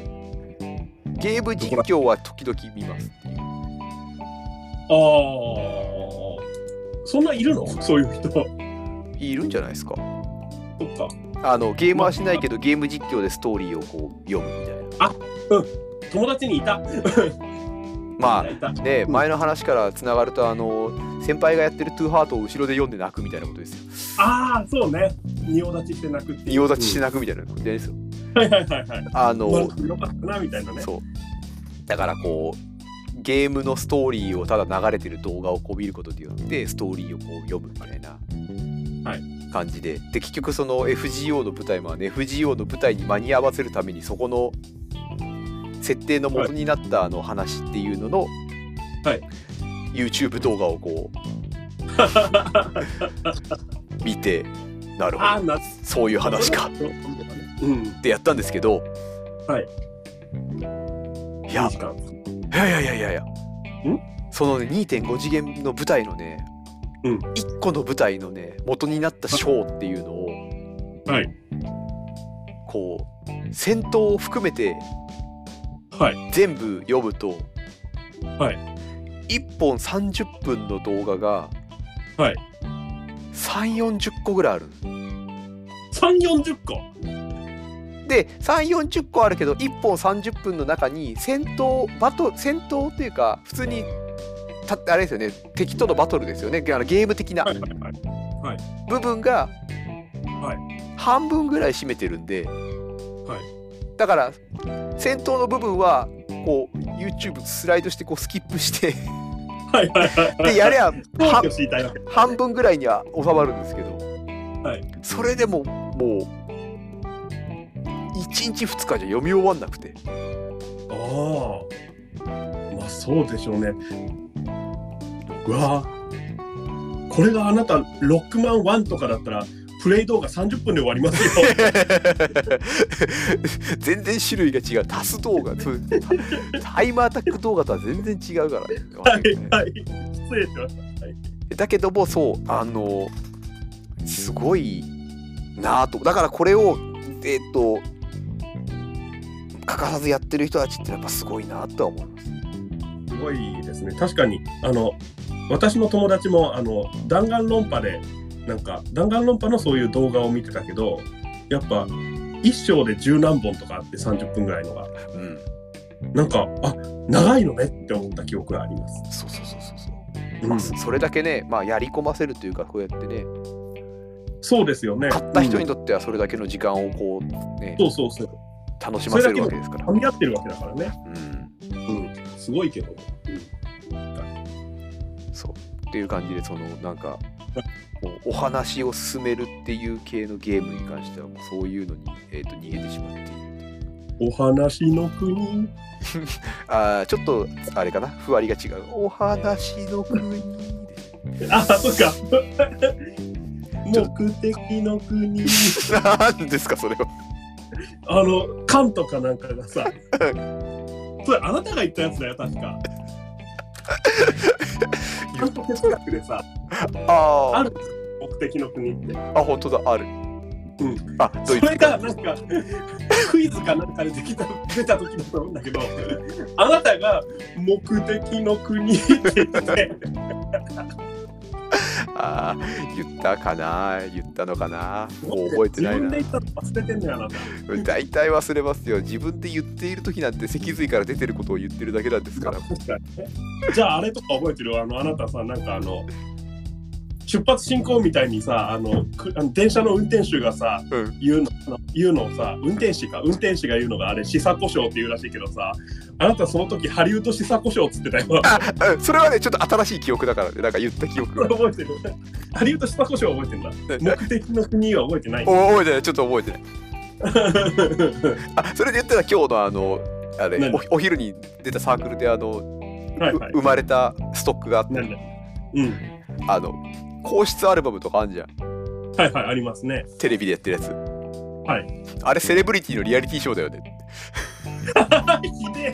ゲーム実況は時々見ますっていう
ああ。そんないるのそういう人。そ
いるんじゃないですか
っか。
あのゲームはしないけどゲーム実況でストーリーをこう読むみたいな
友達にいた。
まあ
いたいた
ね前の話からつながるとあの先輩がやってる「トゥーハート」を後ろで読んで泣くみたいなことですよ。
ああ、そうね。仁王立ちして泣くっていう。
仁王立ちして泣くみたいなことじゃないですよ。
うんはいはいはいはい。
あの、
悪くよかったな、みたいなね。
そうだからこうゲームのストーリーをただ流れてる動画をこう見ることによってストーリーをこう読むみたいな
は
感じで、で結局その FGO の舞台もあるね FGO の舞台に間に合わせるためにそこの設定の元になったあの話っていうのの、
はい
YouTube 動画をこ う見てなるほ
ああ、
ど
懐
そういう話か
うん。
ってやったんですけど、
はい、
いや
いい時間
いやいやいやいやいやそのね2.5次元の舞台のね、
うん
1個の舞台のね元になったショーっていうのを、
はい
こう戦闘を含めて
はい。
全部読むと、
は
1本30分の動画が、
はい
3 4 0個ぐらいある
3、40個。
で340個あるけど1本30分の中に戦闘バト戦闘というか普通にたあれですよね敵とのバトルですよねあのゲーム的な
はいはいはい。
部分が
は
半分ぐらい占めてるんで、
はい
だから戦闘の部分はこう YouTube スライドしてこうスキップして
はいはいはい。
でやれや
当
は
時を知りたいわけ。
半分ぐらいには収まるんですけど、
はい
それでももう1日2日じゃ読み終わんなくて。
ああ。まあそうでしょうね。うわあこれがあなた、ロックマン1とかだったら、プレイ動画30分で終わりま すよ。
全然種類が違う足す動画そうタイムアタック動画とは全然違うからね
はいはい。失礼しました。はい
だけどもそうあのすごいなぁとだからこれをえっ、と欠かさずやってる人たちってやっぱすごいなぁとは思います
すごいですね。確かに、あの、私の友達も、あの、弾丸論破で、なんか、弾丸論破のそういう動画を見てたけど、やっぱ、一章で十何本とかあって30分ぐらいのが、
うん
なんか、あ、長いのねって思った記憶があります。
そうそうそうそうそう
う
まあ
ん、
それだけね、まあ、やり込ませるというかこうやってね
そうですよね。
買った人
う
に
ん
とってはそれだけの時間をこうね
そうそうそう。
楽しませるわけですから
噛、み合ってるわけだからね。
うん、
うん。すごいけど。
そうっていう感じでそのなんかこうお話を進めるっていう系のゲームに関してはもうそういうのに、えー、と逃げてしまっている
お話の国。
あーちょっとあれかなふわりが違うお話の国です
あ、そっか。目的の国。
何ですかそれは
あの、缶とかなんかがさ、それあなたが言ったやつだよ、確 か。ちゃんと哲学でさ、あ
あ
る目的の国って。
ーあ本当だある、
ん
あド
そ
イツ
れがなんか、クイズかなんかでできた出た時だと思うんだけど、あなたが目的の国って言って、
あー言ったかな言ったのかなもう覚えてない
自
な
分で言ったの忘れてんのよ、あなた。
大体忘れますよ自分で言っている時なんて脊髄から出てることを言ってるだけなんですから
確かにねじゃああれとか覚えてるあのあなたさなんかあの出発進行みたいにさあのくあの電車の運転手がさ、
うん
言うのあの言うのをさ運転士か運転士が言うのがあれ試作故障っていうらしいけどさあなたその時ハリウッド試作故障っつってたよ
あうんそれはねちょっと新しい記憶だからねなんか言った記憶が
覚えてるハリウッド試作故障は覚えてんだ目的の国は覚え てない
お覚えてないちょっと覚えてないあそれで言ったら今日のあのあれ
何
おお昼に出たサークルであの、
はいはいう
生まれたストックがあって
なんだうん
あの皇室アルバムとかあんじゃん
はいはいありますね
テレビでやってるやつ
はい
あれセレブリティのリアリティショーだよね
ひで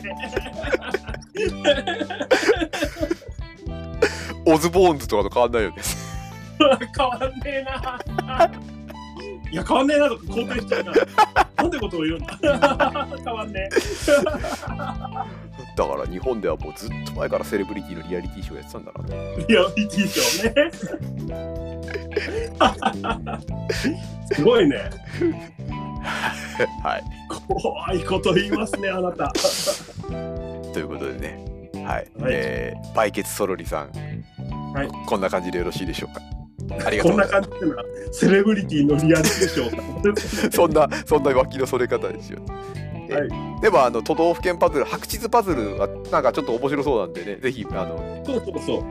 オズボーンズとかと変わんないよね
え変わんねえないや変わんねえなとか肯定しちゃうななんてことを言うんだ変わんねえ
だから日本ではもうずっと前からセレブリティのリアリティショーやってたんだなって
いや、いいでしょうね。すごいね。
はい
怖いこと言いますね、あなた。
ということでねはい、
はい
えー、バイケツソロリさん、
はい
こんな感じでよろしいでしょうかありがと
こ
うんござ
な
ま
い感じってのは、セレブリティのリアリティショー。
すそんなそんな脇のそれ方ですよえ
はい
でもあの都道府県パズル白地図パズルはなんかちょっと面白そうなんでねぜひあの
そうそうそう。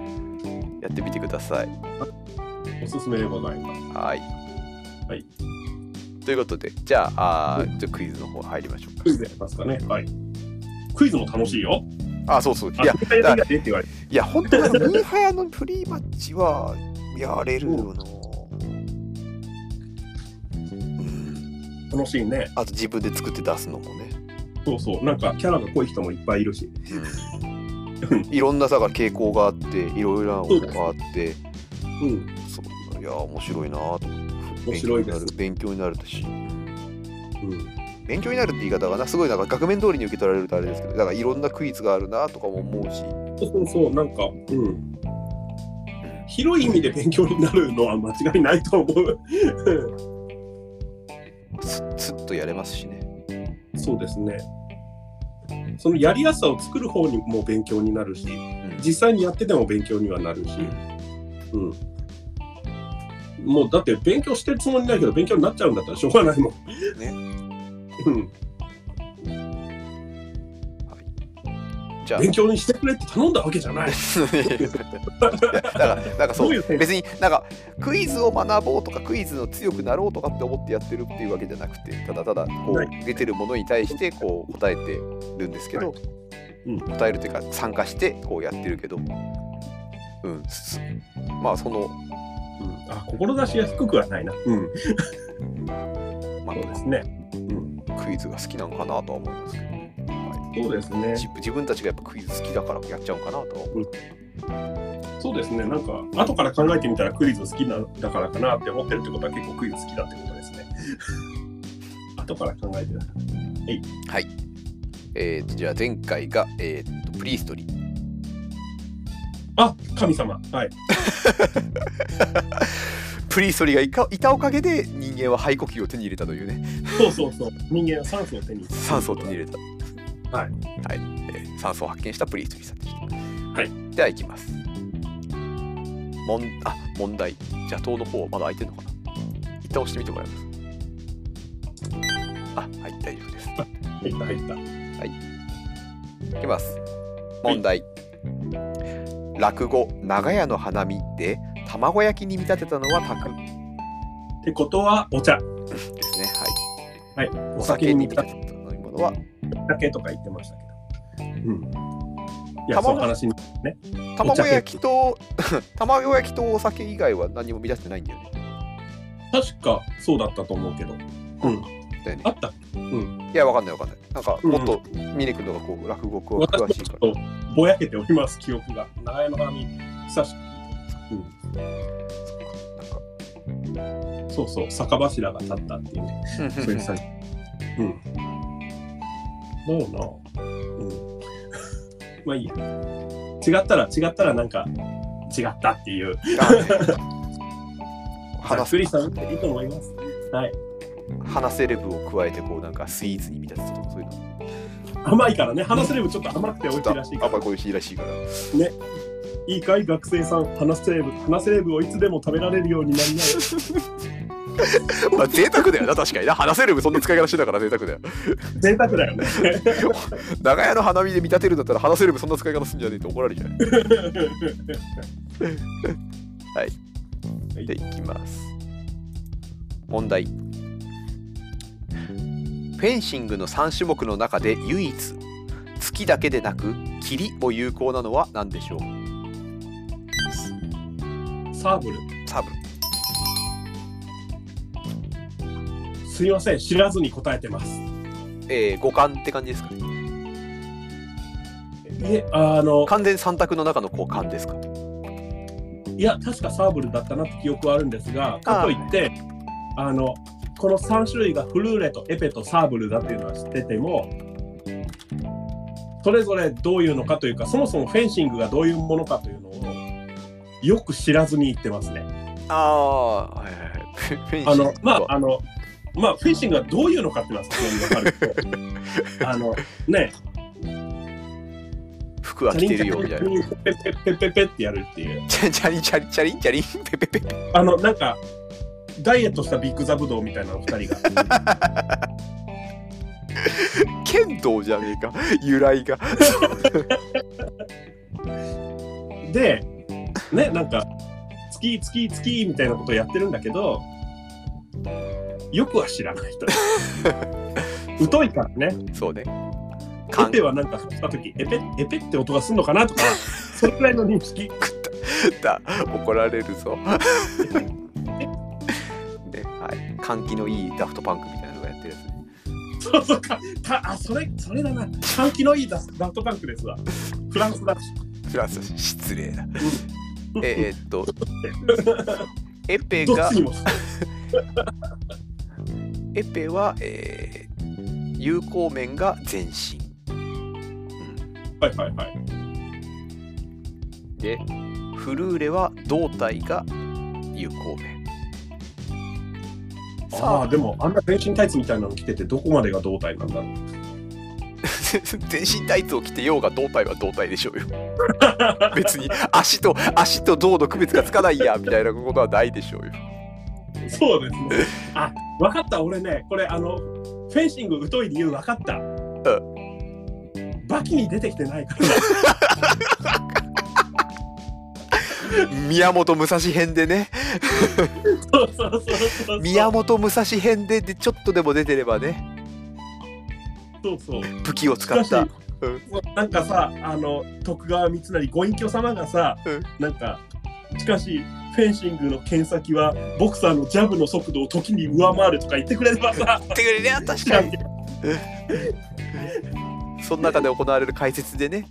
やってみてください
おすすめでございます。
はい
はい
ということでじゃああーじゃあクイズの方入りましょう
クイズやりますかね。はい。クイズも楽しいよ。
かあそうそうい
あ
や
絶対やりたいって言われて
いや本当にミーハヤのフリーマッチはやれるよなうん
楽しいね。
あと自分で作って出すのもね
そうそう。なんか、キャラが濃い人もいっぱいいるし。
いろんなさが傾向があっていろいろな方法があって
うん。
そういや面白いなと
面白いです
勉強になる勉強になるし
うん。
勉強になるって言い方がなすごいなんか額面通りに受け取られるとあれですけどだからいろんなクイズがあるなとかも思うし
そうそうそう。なんか、うん。広い意味で勉強になるのは間違いないと思う。
スッスッとやれますしね
そうですね。そのやりやすさを作る方にも勉強になるし、
うん
実際にやってても勉強にはなるし、うん。もうだって勉強してるつもりないけど、勉強になっちゃうんだったらしょうがないもん。
ね。
うん。
じゃあ
勉強にしてくれって頼んだわけじゃない。
だからなんかそ
どういうう点
別になんかクイズを学ぼうとかクイズの強くなろうとかって思ってやってるっていうわけじゃなくてただただこ
は
う出てるものに対してこう答えてるんですけど、
うん
答えるというか参加してこうやってるけどうんすまあその
うん、あ志は低くはないな、うん、
ま
そうですね、うん、
あ、クイズが好きなのかなとは思いますけどね、はい
そうですね
自自分たちがやっぱクイズ好きだからやっちゃうかなとは思う
そうですねなんか後から考えてみたらクイズ好きなだからかなって思ってるってことは結構クイズ好きだってことですね 後から考えてる
はい。えーと、じゃあ前回が、えーと、プリーストリー。
あ神様はい
プリーストリーがいかいたおかげで人間は肺呼吸を手に入れたというね、
そうそうそう 人間は酸素を手に入れる
酸素を手に入れた。
はい
はい。えー酸素を発見したプリーストリーさんでした。
はい。
では、いきます。もんあ問題。じゃあ、塔の方、まだ開いてるのかな一旦押してみてもらいます。あ、はい、大丈夫です。
入った入った
いきます問題、落語「長屋の花見」で卵焼きに見立てたのはタク
ってことはお茶
ですね
はい
はい
お酒に見立て
お酒に見立てた飲み物は
だけとか言ってましたけどうんいや
卵
その話に
卵焼きと 卵焼きとお酒以外は何も見立ててないんだよね
確かそうだったと思うけどうん
だよね
あった
いやわかんないわかんないなんかもっと峰君の方がこう落語こう
私も
詳
ち
しいか
ょっとぼやけております記憶が長山花見久しく
らなんか
そうそう酒柱が立ったっていうねそういうさ うんだよなうん まあいいや違ったら違ったらなんか違ったっていう
話
クリ
せ
さんいいと思いますはい
話せレブを加えてこうなんかスイーツに見立てたとかそういうの
甘いからね話せればちょっと甘くて美味しいらしい
あ
か
んま
ら
りこういう日らしいから
いいかい学生さん話せれば話せればをいつでも食べられるようになりなよ
まあ贅沢だよな確かにな話せる分そんな使い方してたから贅沢だよ
贅沢だよね
長屋の花見で見立てるんだったら話せる分そんな使い方すんじゃねえって怒られるじ ゃないでいきます問題フェンシングの3種目の中で唯一月だけでなく霧も有効なのは何でしょう
サーブル
サブ
すいません知らずに答えてます
えー、五感って感じですかね
いえあの
完全三択の中の五感ですか
いや確かサーブルだったなって記憶はあるんですがかといってあのこの3種類がフルーレとエペとサーブルだっていうのは知っててもそれぞれどういうのかというかそもそもフェンシングがどういうものかというのをよく知らずに言ってますね。
ああはいはいはいフェンシング
あのまあ
あ
あのまあフェンシングはどういうのかっていうのはすごいわかる けどあのね
服は着てるよみたいな
ペッペッペッペッペッってやるっていう
チャチャリンチ ャリンチャリンチャリンペペペペ
あのなんかダイエットしたビッグザブドウみたいなお二人が。
剣道じゃねえか 由来が
でねなんか月月月みたいなことをやってるんだけどよくは知 らない人疎いからね
そうね
エ
勘
ペはなんか振った時エペエペって音がするのかなとかそれくらいの認識
だ怒られるぞ で、はい、換気のいいダフトパンクみたいなのがやってるやつね
そうそうかかあそれそれだな換気のいいダダフトパンクですわフランスだし
フランスだし失礼だえーっとエペ
どっ
が
ちにも
エペは、えー有効面が全身、う
はいはいはい
ん、でフルーレは胴体が有効面
あ
さ
あ
あ
でもあんな全身タイツみたいなの着ててどこまでが胴体なんだろう
全身タイツを着てようが胴体は胴体でしょ うよ別に足と足と胴の区別がつかないやみたいなことはないでしょうよ
そうですね。あ、わかった。俺ね、これあのフェンシング疎い理由わかった。バキに出てきてないから。
宮本武蔵編でね
そうそうそうそう。
宮本武蔵編ででちょっとでも出てればね
そうそう。
武器を使っ
しか
た
しなんかさ、あの徳川光成ご隠居様がさ、
うん
なんかしかし。フフェンシングの剣先はボクサーのジャブの速度を時に上回るとか言ってくれればさ
ってくれね確か にその中で行われる解説でね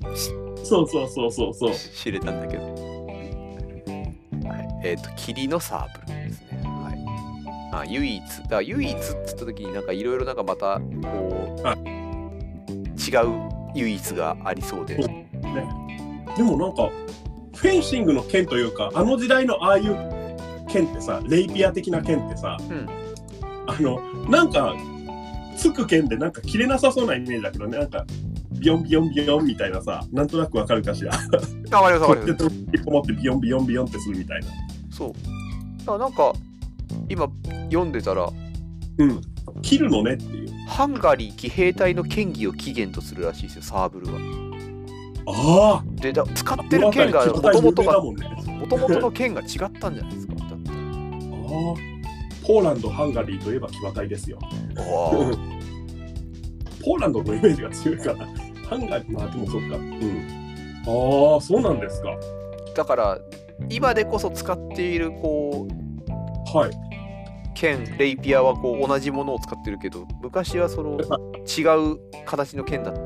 そうそうそうそうそう
し知れたんだけど、はい、えっ、と霧のサーブルですねはいあ唯一だから唯一っつった時になんかいろいろなんかまたこ
は
う違う唯一がありそうで
そうでもなんかフェンシングの剣というかあの時代のああいう剣ってさレイピア的な剣ってさ、
うん
あのなんかつく剣でなんか切れなさそうなイメージだけどねなんかビヨンビヨンビヨンみたいなさなんとなくわかるかしら
あわかりますわかり
で
ま
と引きこもってビヨンビヨンビヨンってするみたいな
すそうだからなんか今読んでたら
うん切るのねっていう
ハンガリー騎兵隊の権威を起源とするらしいですよサーブルは
ああ
でだ使ってる剣が
あの
元々が
辺り絶対有名だもんね
元々の剣が違ったんじゃないですかだって
ああポーランドハンガリーといえば騎馬隊ですよ
あ
ポーランドのイメージが強いから、ハンガリー、まあでもそっか。うん。ああ、そうなんですか。
ーだから今でこそ使っているこう
はい。
剣レイピアはこう同じものを使ってるけど昔はその違う形の剣だった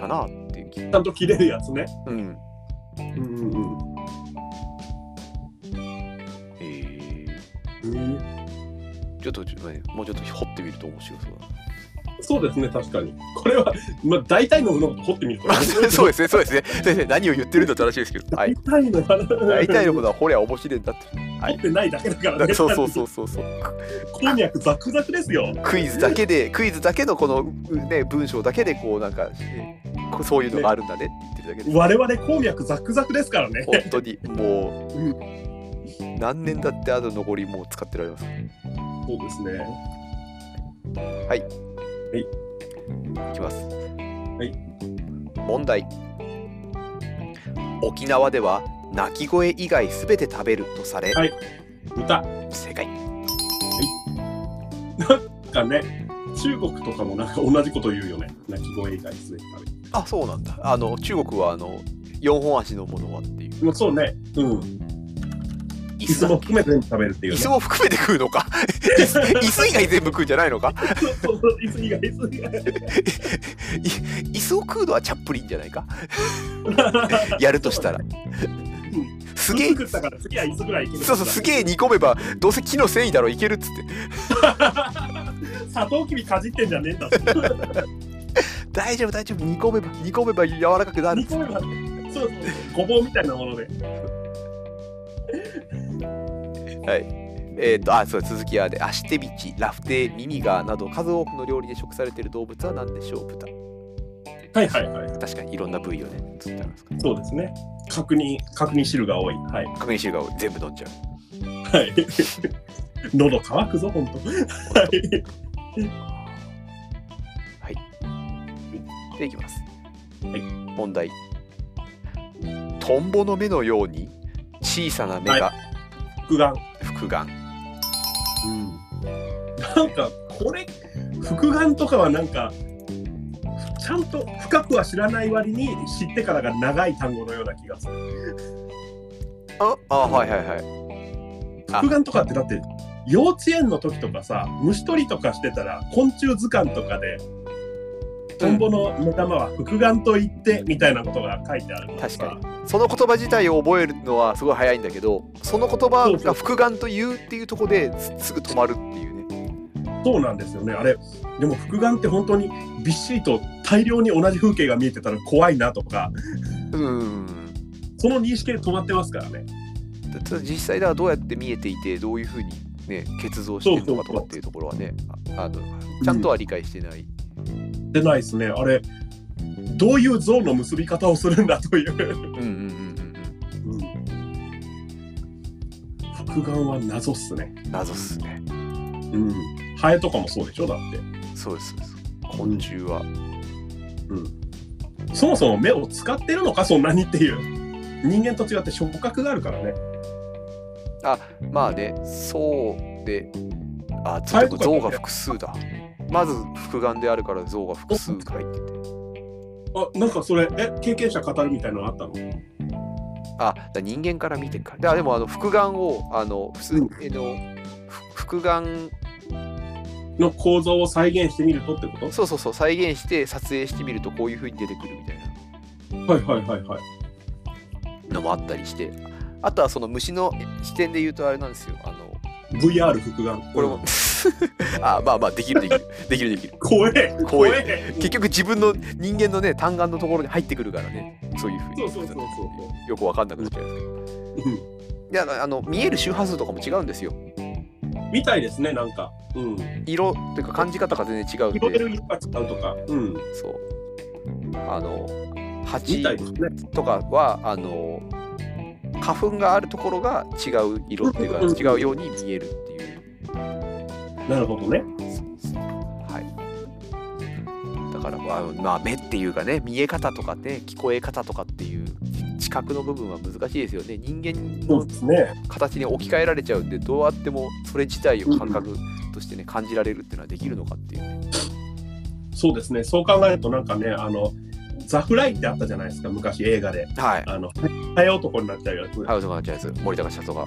かなっていう気
ちゃんと切れるやつね。
うん
うんうん
え
うん。
ー、ちょっとちょっとねもうちょっと掘ってみると面白そうだ
そうですね、確かに。これは、まあ大体のものこと掘ってみるとね、
な そうですねそうですね先生何を言ってるんだって話ですけどはい
大体の話。
大体の
掘
ことは掘りゃ面白いんだって
ってないだけだから ね。
そうそうそうそうそう
こんにゃくザクザクですよ。
クイズだけでクイズだけのこのね文章だけでこうなんか、ねこうそういうのがあるんだねって言ってるだけで
我々こんにゃくザクザクですからね。
本 当にもう、何年だってあの残りもう使ってられます
そうですね。
いきます
い
問題沖縄では鳴き声以外すべて食べるとされ、
はい歌
正解
がね、中国とかもなんか同じこと言うよね。鳴き声以外すべて食べ
あそうなんだあの中国はあの4本足のものはっていう
る。もうそうね。うん。
椅
いつ
子
も
だ
含め全部食べるっていう
椅
ね
子。も含めて食うのか椅子 椅子以外全部食うんじゃないのか
そうそういつ以外いつ以外
椅子を食うのはチャップリンじゃないか やるとしたらすげえ
作ったから次は椅子ぐらいいける
そうそうすげえ煮込めばどうせ木の繊維だろいけるっつって
サトウキビかじってんじゃねえんだ
大丈夫大丈夫煮込めば煮込めば柔らかくなる
煮込めばそうそうそうごぼうみたいなもので
えっ、とあそう続きはでアシテビチラフテミミガーなど数多くの料理で食されている動物は何でしょう豚
はいはいはい
確かにいろんな部位をねつってありますから
そうですね確認確認汁が多いはい
確認汁が多い全部飲んじゃう
はい 喉乾くぞ本当はい
でいきます、
はい
問題トンボの目のように小さな目が
複眼
複眼、
なんかこれ複眼とかはなんかちゃんと深くは知らない割に知ってからが長い単語のような気がする
ああはいはいはいあ
複眼とかってだって幼稚園の時とかさ虫取りとかしてたら昆虫図鑑とかでトンボの目玉は複眼と言ってみたいなことが書いてあるから
確
さ
かにその言葉自体を覚えるのはすごい早いんだけどその言葉が複眼というっていうところですすぐ止まるっていうね
そうなんですよねあれでも複眼って本当にびっしりと大量に同じ風景が見えてたら怖いなとか
うん
その認識で止まってますからね
たただ実際ではどうやって見えていてどういうふうにね結像してるのかとかっていうところはねああのちゃんとは理解してない、
でないですねあれどういう像の結び方をするんだという
うん、うんうんうん
複眼は謎っすね
うん謎っすね
うんハエとかもそうでしょだって
そうですそうです昆虫は
そもそも目を使ってるのかそんなにっていう人間と違って触覚があるからね
まあねそうであ
最後
象
が
像が複数だまず複眼であるから像が複数書いてて
あなんかそれえ経験者語るみたいなのあったの
あだ人間から見てるからだでもあの複眼をあの普通
う
の
ん、
えのふ複眼
の構造を再現してみるとってこと
そうそうそう再現して撮影してみるとこういう風に出てくるみたいな
はいはいはいはい。
のもあったりしてあとはその虫の視点で言うとあれなんですよあの
VR 複眼。
これも あまあまあできるできるできるできる
怖え
怖え
え
結局自分の人間のね単眼のところに入ってくるからねそういう風に
そうそうそうそ
よくわかんなくなっちゃうんですけど
うん
であのあの見える周波数とかも違うんですよ
みたいですね、なんか。うん。
色というか感じ方が全然違うん
広げ
で
る色が違うとか。うん。
そうあの
みた
蜂
いですね。
とかはあの花粉があるところが違う色っていうか
うん
違うように見えるっていう、
なるほどね。
はい、だからまあ、まあ、目っていうかね見え方とかね聞こえ方とかっていう知覚の部分は難しいですよね人間
そう
の
ですね。
形に置き換えられちゃうんでどうあってもそれ自体を感覚としてね感じられるっていうのはできるのかっていうね
そうですね。そう考えると、なんかね、あの、ザ・フライってあったじゃないですか、昔映画で。
はい
あの、ハエ男になっちゃうやつ。
はい、そうなんじゃないです。森高社 長が。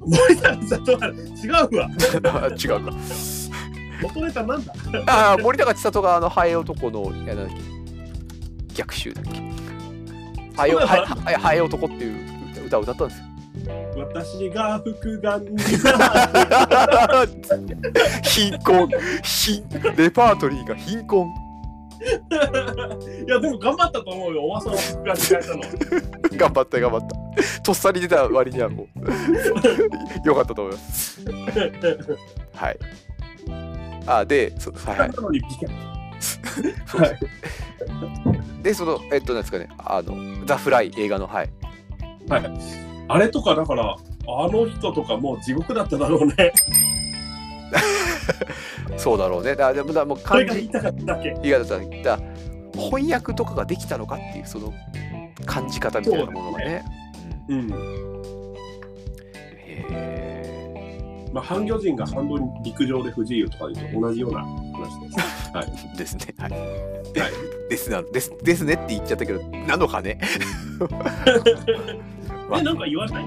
森田さんとは違うわ。
違うか。
元ネタなんだ
ああ、森高千里があのハエ男の、いや、なんだっけ。逆襲だっけ。ハエ、
そうなの
ハエハエ、ハエ男っていう歌歌を歌ったん ですよ。
私が複眼 に
貧困、貧、レパートリーが貧困。
いやでも頑張ったと思うよおばさんは複眼に変えたの
頑張った、頑張った。とっさに出た割にはも う。よかったと思います。はい。あ、で、そはい、はい
な。のに美脚
そうですで、その、えっと、なんですかね、あの、ザ・フライ映画の、はい。
あれとかだからあの人とかもう地獄だっただろうね
そうだろうね。だでもだもう
そ
漢
れが言
字
いたかっただけ
以外だったら翻訳とかができたのかっていうその感じ方みたいなものがね。
うん
うんへ
まあ半魚人が半分陸上で不自由とかいうと同じような話ですはい
ーですね。はい。
はい
ですなですですねって言っちゃったけどなのかね。まあ
えなんか言わない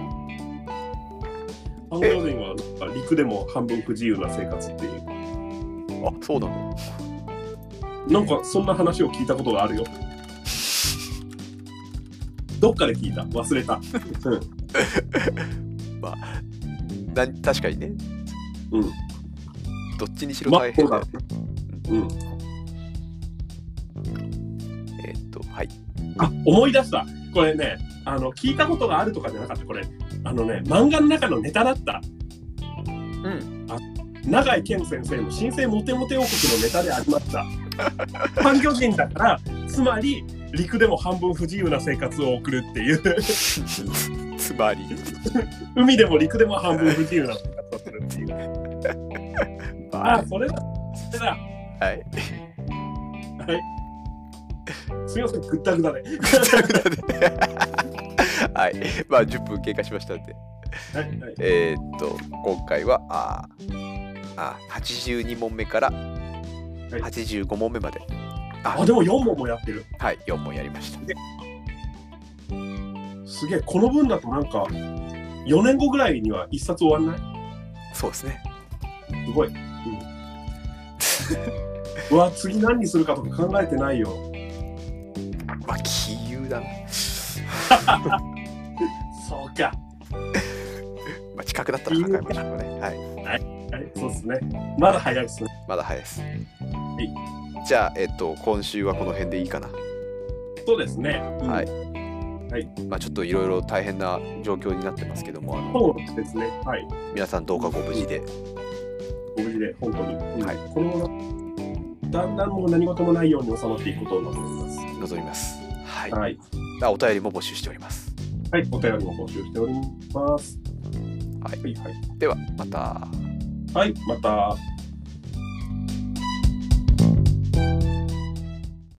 半魚人はなんか陸でも半分不自由な生活っていう
あそうなの。
なんかそんな話を聞いたことがあるよ。どっかで聞いた、忘れた。
な確かにね。
うん。
どっちにしろ大変だよね。
うん。うん、
えーっとはい。
あ、思い出した。これね、あの、聞いたことがあるとかじゃなかった、これ。あのね、漫画の中のネタだった。
うん。
永井健先生の新生モテモテ王国のネタでありました。半魚人だから、つまり、陸でも半分不自由な生活を送るっていう、
つまり
海でも陸でも半分不自由な生活をするっていう。あ、それだ。それだ。
はい。
はい。すみません、ぐったぐだ で。
はい。まあ10分経過しましたんで。
はい、はい。
えーっと今回はあーあー82問目から
い
85問目まで、
あ、でも4問もやってる。
はい4問やりました
すげえ、この分だとなんか、4年後ぐらいには一冊終わんな
そうですね
いすごい。うん。 うわ、次何にするかとか考えてないよ。
まあ杞憂だな、
そうか。
まあ、近くだったら考えましょうかねはい
はい、そうですね。まだ早いですね。
まだ早いですじゃあえーっと今週はこの辺でいいかな、
そうですね。うん
はい。
はい
まあちょっといろいろ大変な状況になってますけどもあの
そうですね。はい。
皆さんどうかご無事で
ご無事で、本当に。うん
はい。
このまま、だんだんもう何事もないように収まっていくことを望みます。
臨みますはい、
はい。
あお便りも募集しております
はい、お便りも募集しております。
はい
はい、はい。
ではまた
はい、また。